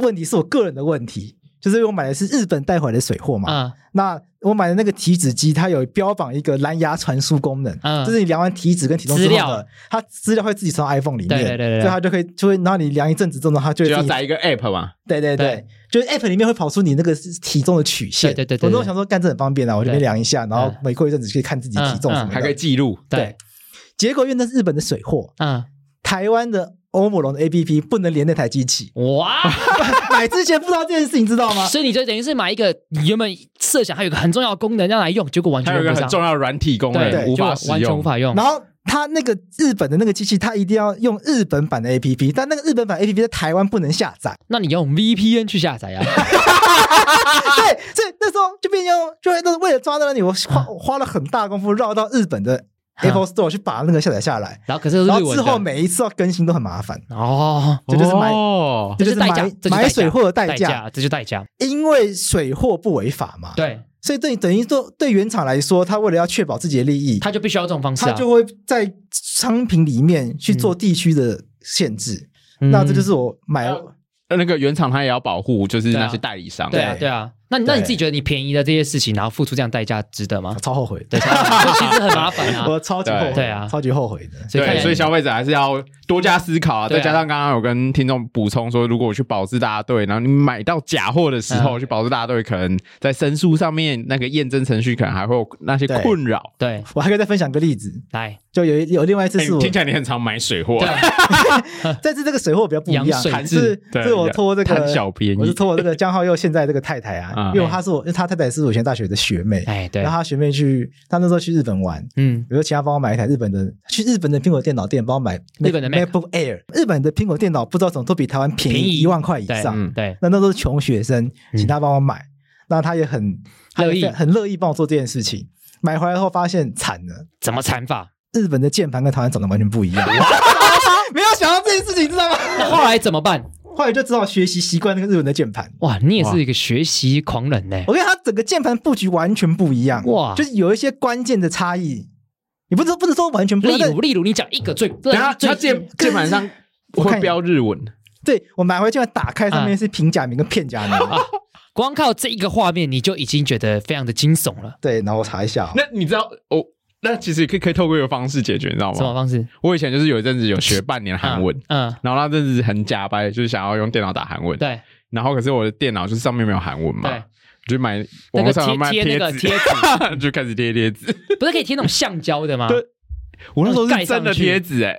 [SPEAKER 2] 问题是我个人的问题，就是我买的是日本带回来的水货嘛，
[SPEAKER 1] 啊
[SPEAKER 2] 那我买的那个体脂机，它有标榜一个蓝牙传输功能，
[SPEAKER 1] 嗯
[SPEAKER 2] 就是你量完体脂跟体重之
[SPEAKER 1] 资
[SPEAKER 2] 后呢
[SPEAKER 1] 料，
[SPEAKER 2] 它资料会自己传到 iPhone 里面，
[SPEAKER 1] 对对对对对
[SPEAKER 2] 所以它就会就会，然后你量一阵子之后，它就
[SPEAKER 3] 就
[SPEAKER 2] 会
[SPEAKER 3] 要
[SPEAKER 2] 自己，
[SPEAKER 3] 载一个 app 嘛，
[SPEAKER 2] 对对对
[SPEAKER 1] 对，
[SPEAKER 2] 就是 App 里面会跑出你那个体重的曲线，
[SPEAKER 1] 对对对对
[SPEAKER 2] 我
[SPEAKER 1] 对
[SPEAKER 2] 都想说干这很方便啊，我这边量一下，然后
[SPEAKER 1] 嗯
[SPEAKER 2] 每过一阵子可以看自己体重什么的，
[SPEAKER 3] 嗯还可以记录。
[SPEAKER 1] 对
[SPEAKER 2] 对。结果因为那是日本的水货，
[SPEAKER 1] 啊，
[SPEAKER 2] 台湾的欧姆龙的 APP 不能连那台机器
[SPEAKER 1] 哇！
[SPEAKER 2] 买之前不知道这件事情，知道吗？
[SPEAKER 1] 所以你就等于是买一个你原本设想还有一个很重要的功能要来用，结果完全
[SPEAKER 3] 还有一
[SPEAKER 1] 用
[SPEAKER 3] 个
[SPEAKER 1] 不
[SPEAKER 3] 很
[SPEAKER 1] 上，
[SPEAKER 3] 重要的软体功
[SPEAKER 1] 对，
[SPEAKER 3] 能无
[SPEAKER 1] 就
[SPEAKER 3] 法使
[SPEAKER 1] 完全无
[SPEAKER 3] 用，
[SPEAKER 1] 法用。
[SPEAKER 2] 然后它那个日本的那个机器，它一定要用日本版的 APP，但那个日本版 APP 在台湾不能下载。
[SPEAKER 1] 那你用 VPN 去下载啊？啊
[SPEAKER 2] 对，所以那时候就变成用，就那为了抓到你，我花我花了很大功夫绕到日本的 Apple Store 去把那个下载下来，
[SPEAKER 1] 然后可啊是都是
[SPEAKER 2] 然
[SPEAKER 1] 日
[SPEAKER 2] 后
[SPEAKER 1] 文
[SPEAKER 2] 之后
[SPEAKER 1] 的
[SPEAKER 2] 每一次要更新都很麻烦，
[SPEAKER 1] 哦，
[SPEAKER 2] 这就是买
[SPEAKER 3] 哦
[SPEAKER 1] 这
[SPEAKER 2] 就
[SPEAKER 1] 就是
[SPEAKER 2] 是
[SPEAKER 1] 代价
[SPEAKER 2] 买，
[SPEAKER 1] 这就是
[SPEAKER 2] 买水货的代
[SPEAKER 1] 代
[SPEAKER 2] 价，，
[SPEAKER 1] 这就代价。
[SPEAKER 2] 因为水货不违法嘛。，
[SPEAKER 1] 对，
[SPEAKER 2] 所以对等于说对原厂来说，他为了要确保自己的利益，
[SPEAKER 1] 他就必须要这种方式
[SPEAKER 2] 他
[SPEAKER 1] 啊。
[SPEAKER 2] 就会在商品里面去做地区的限制。
[SPEAKER 1] 嗯
[SPEAKER 2] 那这就是我买。
[SPEAKER 3] 那个原厂它也要保护，就是
[SPEAKER 1] 对啊
[SPEAKER 3] 那些代理商。
[SPEAKER 1] 对啊，
[SPEAKER 2] 对
[SPEAKER 1] 对啊。那你那你自
[SPEAKER 2] 对
[SPEAKER 1] 己觉得你便宜的这些事情，然后付出这样代价，值得吗
[SPEAKER 2] 我？超后悔，
[SPEAKER 1] 啊 对，其实很麻 烦啊。
[SPEAKER 2] 我超级后悔，
[SPEAKER 1] 对啊
[SPEAKER 2] 超级后悔的。
[SPEAKER 1] 所以看
[SPEAKER 3] 对，
[SPEAKER 1] 来
[SPEAKER 3] 所以消费者还是要多加思考啊。
[SPEAKER 1] 对啊
[SPEAKER 3] 再加上刚刚有跟听众补充说，如果我去保质大队，然后你买到假货的时
[SPEAKER 1] 嗯
[SPEAKER 3] 候，去保质大队，可能在申诉上面那个验证程序，可能还会有那些困扰。
[SPEAKER 1] 对，
[SPEAKER 2] 我还可以再分享一个例子，
[SPEAKER 1] 来，
[SPEAKER 2] 就有一有另外一次
[SPEAKER 3] 哎
[SPEAKER 2] 是我，
[SPEAKER 3] 听起来你很常买水货啊
[SPEAKER 1] 对，
[SPEAKER 2] 这次这个水货比较不一
[SPEAKER 1] 洋水
[SPEAKER 2] 样，
[SPEAKER 1] 质
[SPEAKER 2] 是
[SPEAKER 3] 对
[SPEAKER 2] 是我拖这
[SPEAKER 3] 贪
[SPEAKER 2] 个
[SPEAKER 3] 小便宜
[SPEAKER 2] 我是拖我这个江浩佑现在这个太太啊，
[SPEAKER 3] 嗯
[SPEAKER 2] 因为她是我，因为她太太是我以前大学的学妹，
[SPEAKER 1] 哎，对
[SPEAKER 2] 然，后她学妹去，她那时候去日本玩。
[SPEAKER 1] 嗯，
[SPEAKER 2] 比如说请她帮我买一台日本的，去日本的苹果电脑店帮我买
[SPEAKER 1] 日本的 Mac
[SPEAKER 2] MacBook Air，日本的苹果电脑不知道怎么都比台湾便
[SPEAKER 1] 便宜
[SPEAKER 2] 宜一万块以
[SPEAKER 1] 对
[SPEAKER 2] 上，
[SPEAKER 3] 嗯
[SPEAKER 1] 对，
[SPEAKER 2] 那那都是穷学生，请他帮我买，那他也很他
[SPEAKER 1] 嗯
[SPEAKER 2] 也
[SPEAKER 1] 乐意
[SPEAKER 2] 非很乐意帮我做这件事情。买回来后发现惨了，
[SPEAKER 1] 怎么惨法？
[SPEAKER 2] 日本的键盘跟台湾长得完全不一样， 没有想到这件事情，知道吗？
[SPEAKER 1] 那后来怎么办？
[SPEAKER 2] 后来就只好学习习惯那个日本的键盘。
[SPEAKER 1] 哇，你也是一个学习狂人呢。
[SPEAKER 2] 我跟他整个键盘布局完全不一样，
[SPEAKER 1] 哇
[SPEAKER 2] 就是有一些关键的差异，你不能不能说完全不一
[SPEAKER 1] 例
[SPEAKER 2] 样。但
[SPEAKER 1] 如，例如你讲一个最，
[SPEAKER 3] 然后它
[SPEAKER 1] 啊最
[SPEAKER 3] 键键盘上
[SPEAKER 2] 我看
[SPEAKER 3] 会标日文，
[SPEAKER 2] 对我买回键盘打开，上面
[SPEAKER 1] 啊
[SPEAKER 2] 是平假名跟片假 名，
[SPEAKER 1] 光靠这一个画面，你就已经觉得非常的惊悚了。
[SPEAKER 2] 对，然后我查一下哦，
[SPEAKER 3] 那你知道哦？那其实也可以可以透过一个方式解决，你知道
[SPEAKER 1] 什么
[SPEAKER 3] 吗？
[SPEAKER 1] 方式？
[SPEAKER 3] 我以前就是有一阵子有学半年
[SPEAKER 1] 啊
[SPEAKER 3] 韩文，
[SPEAKER 1] 嗯，
[SPEAKER 3] 然后那阵子很假掰，就是想要用电脑打韩文，
[SPEAKER 1] 对
[SPEAKER 3] 然后可是我的电脑就是上面没有韩文嘛，
[SPEAKER 1] 对，
[SPEAKER 3] 就买
[SPEAKER 1] 那
[SPEAKER 3] 网
[SPEAKER 1] 个
[SPEAKER 3] 络上有卖
[SPEAKER 1] 贴贴那个
[SPEAKER 3] 纸，
[SPEAKER 1] 贴 纸，
[SPEAKER 3] 就开始贴贴纸。
[SPEAKER 1] 不是可以贴那种橡胶的吗？
[SPEAKER 3] 对我那时候是
[SPEAKER 1] 哦
[SPEAKER 3] 真的
[SPEAKER 1] 盖上去
[SPEAKER 3] 贴纸 哎，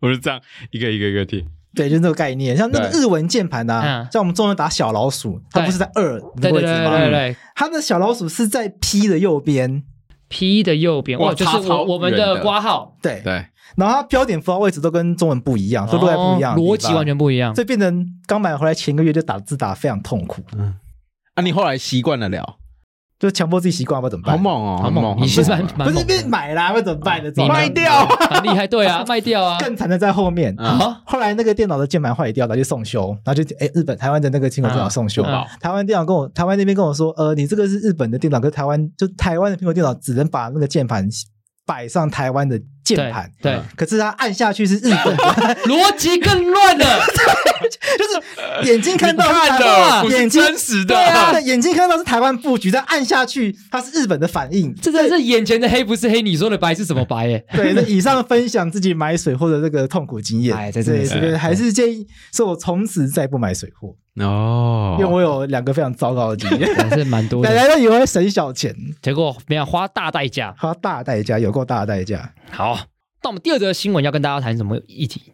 [SPEAKER 3] 我是这样一个一个一个贴。
[SPEAKER 2] 对，就是这个概念。像那个
[SPEAKER 3] 对
[SPEAKER 2] 日文键盘啊，
[SPEAKER 1] 嗯
[SPEAKER 2] 像我们中文打小老鼠，它
[SPEAKER 1] 对
[SPEAKER 2] 不是在二
[SPEAKER 1] 对
[SPEAKER 2] 的
[SPEAKER 1] 对
[SPEAKER 2] 位置
[SPEAKER 1] 对对
[SPEAKER 2] 吗？
[SPEAKER 1] 对
[SPEAKER 2] 它的小老鼠是在 P 的右边，
[SPEAKER 1] ，P 的右边，
[SPEAKER 3] 哇
[SPEAKER 1] 哇，就是
[SPEAKER 3] 差超
[SPEAKER 1] 我我们
[SPEAKER 3] 远的
[SPEAKER 1] 的挂号，
[SPEAKER 2] 对，
[SPEAKER 3] 对，
[SPEAKER 2] 然后它标点符号位置都跟中文不一样，啊都落在不一样
[SPEAKER 1] 哦
[SPEAKER 2] 的地方
[SPEAKER 1] 逻辑完，全不一样
[SPEAKER 2] 所。以变成刚买回来前个月就打字打得非常痛苦，
[SPEAKER 3] 啊，你后来习惯了了，
[SPEAKER 2] 就强迫自己习惯，不知道怎么
[SPEAKER 3] 好
[SPEAKER 2] 办？
[SPEAKER 3] 猛哦，
[SPEAKER 1] 好猛
[SPEAKER 3] 猛，
[SPEAKER 1] 你是
[SPEAKER 3] 很
[SPEAKER 1] 蛮蛮
[SPEAKER 2] 不
[SPEAKER 3] 猛
[SPEAKER 2] 是
[SPEAKER 1] 猛的
[SPEAKER 2] 被买啦，会怎么办呢？
[SPEAKER 1] 你
[SPEAKER 2] 怎么办
[SPEAKER 3] 卖掉
[SPEAKER 1] 蛮厉害，对 啊，卖掉啊，
[SPEAKER 2] 更惨的在后面。
[SPEAKER 3] 嗯
[SPEAKER 1] 啊，
[SPEAKER 2] 后来那个电脑的键盘坏掉了，就送修，然后就哎，日本台湾的那个苹果电脑送修
[SPEAKER 1] 嗯嗯，
[SPEAKER 2] 台湾电脑跟我台湾那边跟我说，呃，你这个是日本的电脑，跟台湾就台湾的苹果电脑只能把那个键盘摆上台湾的键
[SPEAKER 1] 对
[SPEAKER 2] 盘，
[SPEAKER 1] 对，
[SPEAKER 2] 可是它按下去是日本 的，
[SPEAKER 1] 逻辑更乱了，啊
[SPEAKER 2] 就是眼睛看到是
[SPEAKER 3] 看
[SPEAKER 2] 台
[SPEAKER 3] 的
[SPEAKER 2] 湾
[SPEAKER 3] 不
[SPEAKER 2] 眼
[SPEAKER 3] 是
[SPEAKER 2] 睛
[SPEAKER 3] 真实的
[SPEAKER 2] 对，啊，眼睛看到是台湾布局，但按下去它是日本的反应。
[SPEAKER 1] 这真的是眼前的黑不是黑，你说的白是什么白？ 哎，
[SPEAKER 2] 对，那以上分享自己买水货的这个痛苦经验，
[SPEAKER 1] 哎这真的
[SPEAKER 2] 对，
[SPEAKER 1] 是
[SPEAKER 2] 这个还是建议说，我从此再不买水货，
[SPEAKER 3] 哦
[SPEAKER 2] 因为我有两个非常糟糕的经 验，
[SPEAKER 1] 还是蛮多
[SPEAKER 2] 本
[SPEAKER 1] 哎的，
[SPEAKER 2] 来都以为会省小钱，
[SPEAKER 1] 结果没有花大代价。
[SPEAKER 2] 花大代价，有够大的代价。
[SPEAKER 1] 好，那我们第二则新闻要跟大家谈什么议题？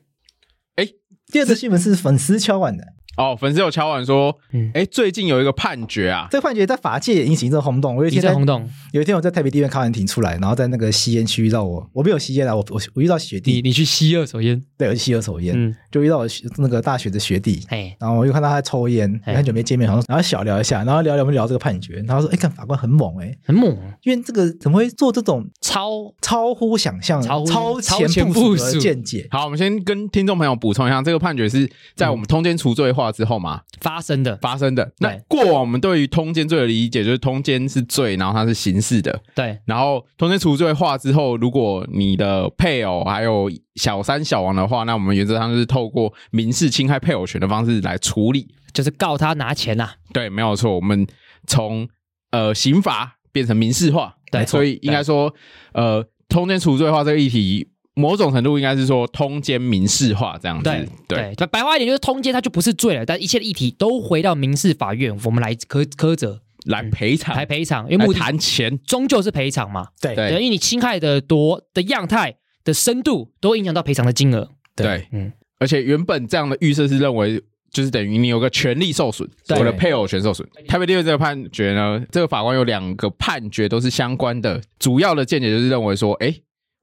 [SPEAKER 2] 第二则新闻是粉丝敲碗的，
[SPEAKER 3] 哦，粉丝有敲碗说
[SPEAKER 1] 嗯，
[SPEAKER 3] 哎，最近有一个判决啊，
[SPEAKER 2] 这个判决在法界也引起一阵轰动。我有一
[SPEAKER 1] 一
[SPEAKER 2] 天
[SPEAKER 1] 阵
[SPEAKER 2] 在
[SPEAKER 1] 轰动，
[SPEAKER 2] 有一天我在台北地院看完庭出来，然后在那个吸烟区遇到我，我没有吸烟啊，我我我遇到学
[SPEAKER 1] 你
[SPEAKER 2] 弟，
[SPEAKER 1] 你去吸二手烟，
[SPEAKER 2] 对，我吸二手烟，
[SPEAKER 1] 嗯，
[SPEAKER 2] 就遇到我学那个大学的学弟，
[SPEAKER 1] 哎，
[SPEAKER 2] 然后我又看到他在抽烟，
[SPEAKER 1] 哎
[SPEAKER 2] 很久没见面，好像然后小聊一下，然后聊聊我们聊这个判决，然后说，哎，看法官很猛哎、
[SPEAKER 1] 很猛，
[SPEAKER 2] 因为这个怎么会做这种
[SPEAKER 1] 超
[SPEAKER 2] 超乎想象、
[SPEAKER 1] 超乎
[SPEAKER 2] 前
[SPEAKER 1] 超前
[SPEAKER 2] 部
[SPEAKER 1] 部
[SPEAKER 2] 署的
[SPEAKER 1] 署
[SPEAKER 2] 见解？
[SPEAKER 3] 好，我们先跟听众朋友补充一下，这个判决是在我们通奸除罪化化之后嘛
[SPEAKER 1] 发生的，
[SPEAKER 3] 发生的。那
[SPEAKER 1] 嗯对
[SPEAKER 3] 过往我们对于通奸罪的理解就是通奸是罪，然后它是刑事的，
[SPEAKER 1] 对
[SPEAKER 3] 然后通奸除罪化之后，如果你的配偶还有小三小王的话，那我们原则上就是透过民事侵害配偶权的方式来处理。
[SPEAKER 1] 就是告他拿钱呐、啊
[SPEAKER 3] 对，没有错，我们从呃刑罚变成民事化，
[SPEAKER 1] 对
[SPEAKER 3] 所以应该说，呃，通奸除罪化这个议题，某种程度应该是说通奸民事化
[SPEAKER 2] 嗯
[SPEAKER 3] 这样子。
[SPEAKER 1] 对对，白白话一点就是通奸，它就不是罪了，但一切的议题都回到民事法院，我们来苛苛责，
[SPEAKER 3] 来赔偿，
[SPEAKER 1] 嗯来赔偿，因为
[SPEAKER 3] 来
[SPEAKER 1] 目的
[SPEAKER 3] 谈钱。
[SPEAKER 1] 终究是赔偿嘛。
[SPEAKER 2] 对
[SPEAKER 3] 对
[SPEAKER 1] 对，因为你侵害的多的样态的深度，都会影响到赔偿的金额。
[SPEAKER 2] 对
[SPEAKER 3] 对，
[SPEAKER 1] 嗯
[SPEAKER 3] 而且原本这样的预设是认为。就是等于你有个权利受损，
[SPEAKER 2] 对
[SPEAKER 3] 我的配偶权受损。台北地院这个判决呢，这个法官有两个判决都是相关的，主要的见解就是认为说，哎，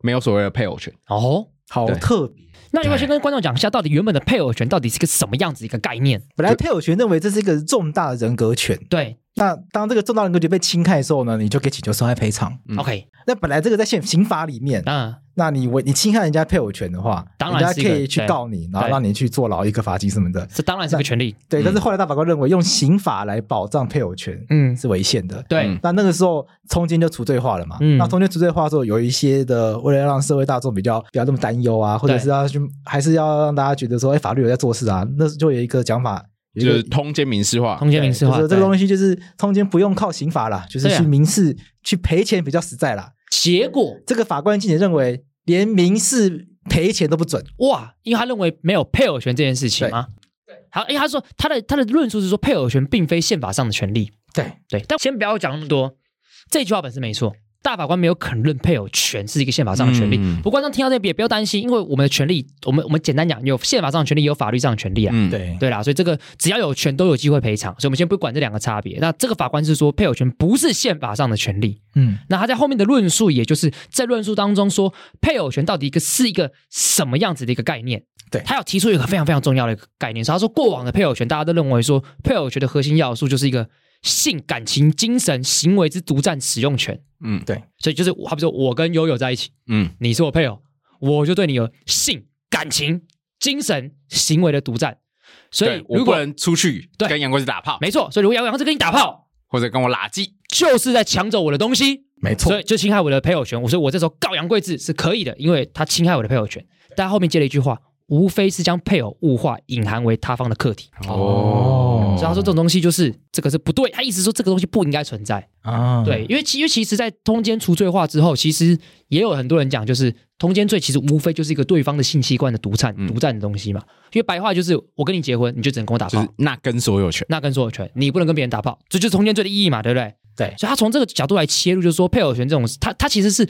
[SPEAKER 3] 没有所谓的配偶权。
[SPEAKER 1] 哦，
[SPEAKER 2] 好
[SPEAKER 3] 对
[SPEAKER 2] 特别。
[SPEAKER 1] 那要不要先跟观众讲一下，到底原本的配偶权到底是个什么样子一个概念？
[SPEAKER 2] 本来配偶权认为这是一个重大的人格权，
[SPEAKER 1] 对、
[SPEAKER 2] 那当这个重大人格权被侵害的时候呢，你就可以请求损害赔偿。
[SPEAKER 3] 嗯
[SPEAKER 1] o k
[SPEAKER 2] 那本来这个在宪刑法里面，
[SPEAKER 1] 嗯，
[SPEAKER 2] 那你违你侵害人家配偶权的话，
[SPEAKER 1] 当然
[SPEAKER 2] 人
[SPEAKER 1] 是
[SPEAKER 2] 家
[SPEAKER 1] 一个
[SPEAKER 2] 可以去
[SPEAKER 1] 对
[SPEAKER 2] 告你，然后
[SPEAKER 1] 对嗯
[SPEAKER 2] 让你去坐牢、一个罚金什么的。
[SPEAKER 1] 这当然是个权利。
[SPEAKER 2] 对，但是后来大法官认为用刑法来保障配偶权
[SPEAKER 1] 嗯，
[SPEAKER 2] 是违宪的。
[SPEAKER 1] 对，
[SPEAKER 3] 嗯
[SPEAKER 2] 那那个时候通奸就除罪化了嘛，
[SPEAKER 1] 嗯
[SPEAKER 2] 那通奸除罪化的时候，有一些的为了让社会大众比较不要那么担忧啊，或者
[SPEAKER 1] 对
[SPEAKER 2] 是要去还是要让大家觉得说，哎、法律有在做事啊， 那就有一个讲法，有一
[SPEAKER 3] 就
[SPEAKER 2] 个
[SPEAKER 3] 是通奸民事化。
[SPEAKER 1] 通奸民事化，
[SPEAKER 2] 就是这个
[SPEAKER 1] 对
[SPEAKER 2] 东西就是通奸不用靠刑法啦，就是
[SPEAKER 1] 对啊
[SPEAKER 2] 去民事、去赔钱比较实在啦。
[SPEAKER 1] 结果
[SPEAKER 2] 这个法官竟然认为连民事赔钱都不准，
[SPEAKER 1] 哇，因为他认为没有配偶权这件事情吗？对，好，因为他说他的他的论述是说配偶权并非宪法上的权利。
[SPEAKER 2] 对
[SPEAKER 1] 对，但先不要讲那么多，这句话本身没错。大法官没有肯认配偶权是一个宪法上的权利，
[SPEAKER 3] 嗯
[SPEAKER 1] 不过观众听到这边也不要担心，因为我们的权利，我们我们简单讲，有宪法上的权利，也有法律上的权利啊。
[SPEAKER 3] 嗯，
[SPEAKER 2] 对
[SPEAKER 1] 对啦，所以这个只要有权都有机会赔偿，所以我们先不管这两个差别。那这个法官是说配偶权不是宪法上的权利，
[SPEAKER 2] 嗯，
[SPEAKER 1] 那他在后面的论述，也就是在论述当中说，配偶权到底一个是一个什么样子的一个概念？
[SPEAKER 2] 对
[SPEAKER 1] 他有提出一个非常非常重要的一个概念，所以他说过往的配偶权，大家都认为说，配偶权的核心要素就是一个性、感情、精神、行为之独占使用权。
[SPEAKER 3] 嗯
[SPEAKER 1] 所以就是，好比说我跟悠悠在一起，
[SPEAKER 3] 嗯，
[SPEAKER 1] 你是我配偶，我就对你有性、感情、精神、行为的独占。所以
[SPEAKER 3] 对我
[SPEAKER 1] 如
[SPEAKER 3] 不
[SPEAKER 1] 果
[SPEAKER 3] 能出去
[SPEAKER 1] 对
[SPEAKER 3] 跟杨贵子打炮，
[SPEAKER 1] 没错，所以如果杨洋是跟你打炮，
[SPEAKER 3] 或者跟我拉鸡，
[SPEAKER 1] 就是在抢走我的东西。
[SPEAKER 2] 没错
[SPEAKER 1] 所，以就侵害我的配偶权。我说我这时候告杨贵志是可以的，因为他侵害我的配偶权。但后面接了一句话，无非是将配偶物化，隐含为他方的客体。
[SPEAKER 3] 哦
[SPEAKER 1] 所以他说这种东西就是这个是不对，他意思说这个东西不应该存在。
[SPEAKER 3] 嗯
[SPEAKER 2] 啊，
[SPEAKER 1] 对，因为其因为其实，在通奸除罪化之后，其实也有很多人讲，就是通奸罪其实无非就是一个对方的性器官的独占、
[SPEAKER 3] 嗯
[SPEAKER 1] 独占的东西嘛。因为白话就是我跟你结婚，你就只能跟我打
[SPEAKER 3] 就
[SPEAKER 1] 炮
[SPEAKER 3] 是。那跟所有权，
[SPEAKER 1] 那跟所有权，你不能跟别人打炮，这就是通奸罪的意义嘛，对不对？
[SPEAKER 2] 对
[SPEAKER 1] 所以他从这个角度来切入，就是说配偶权这种，他他其实是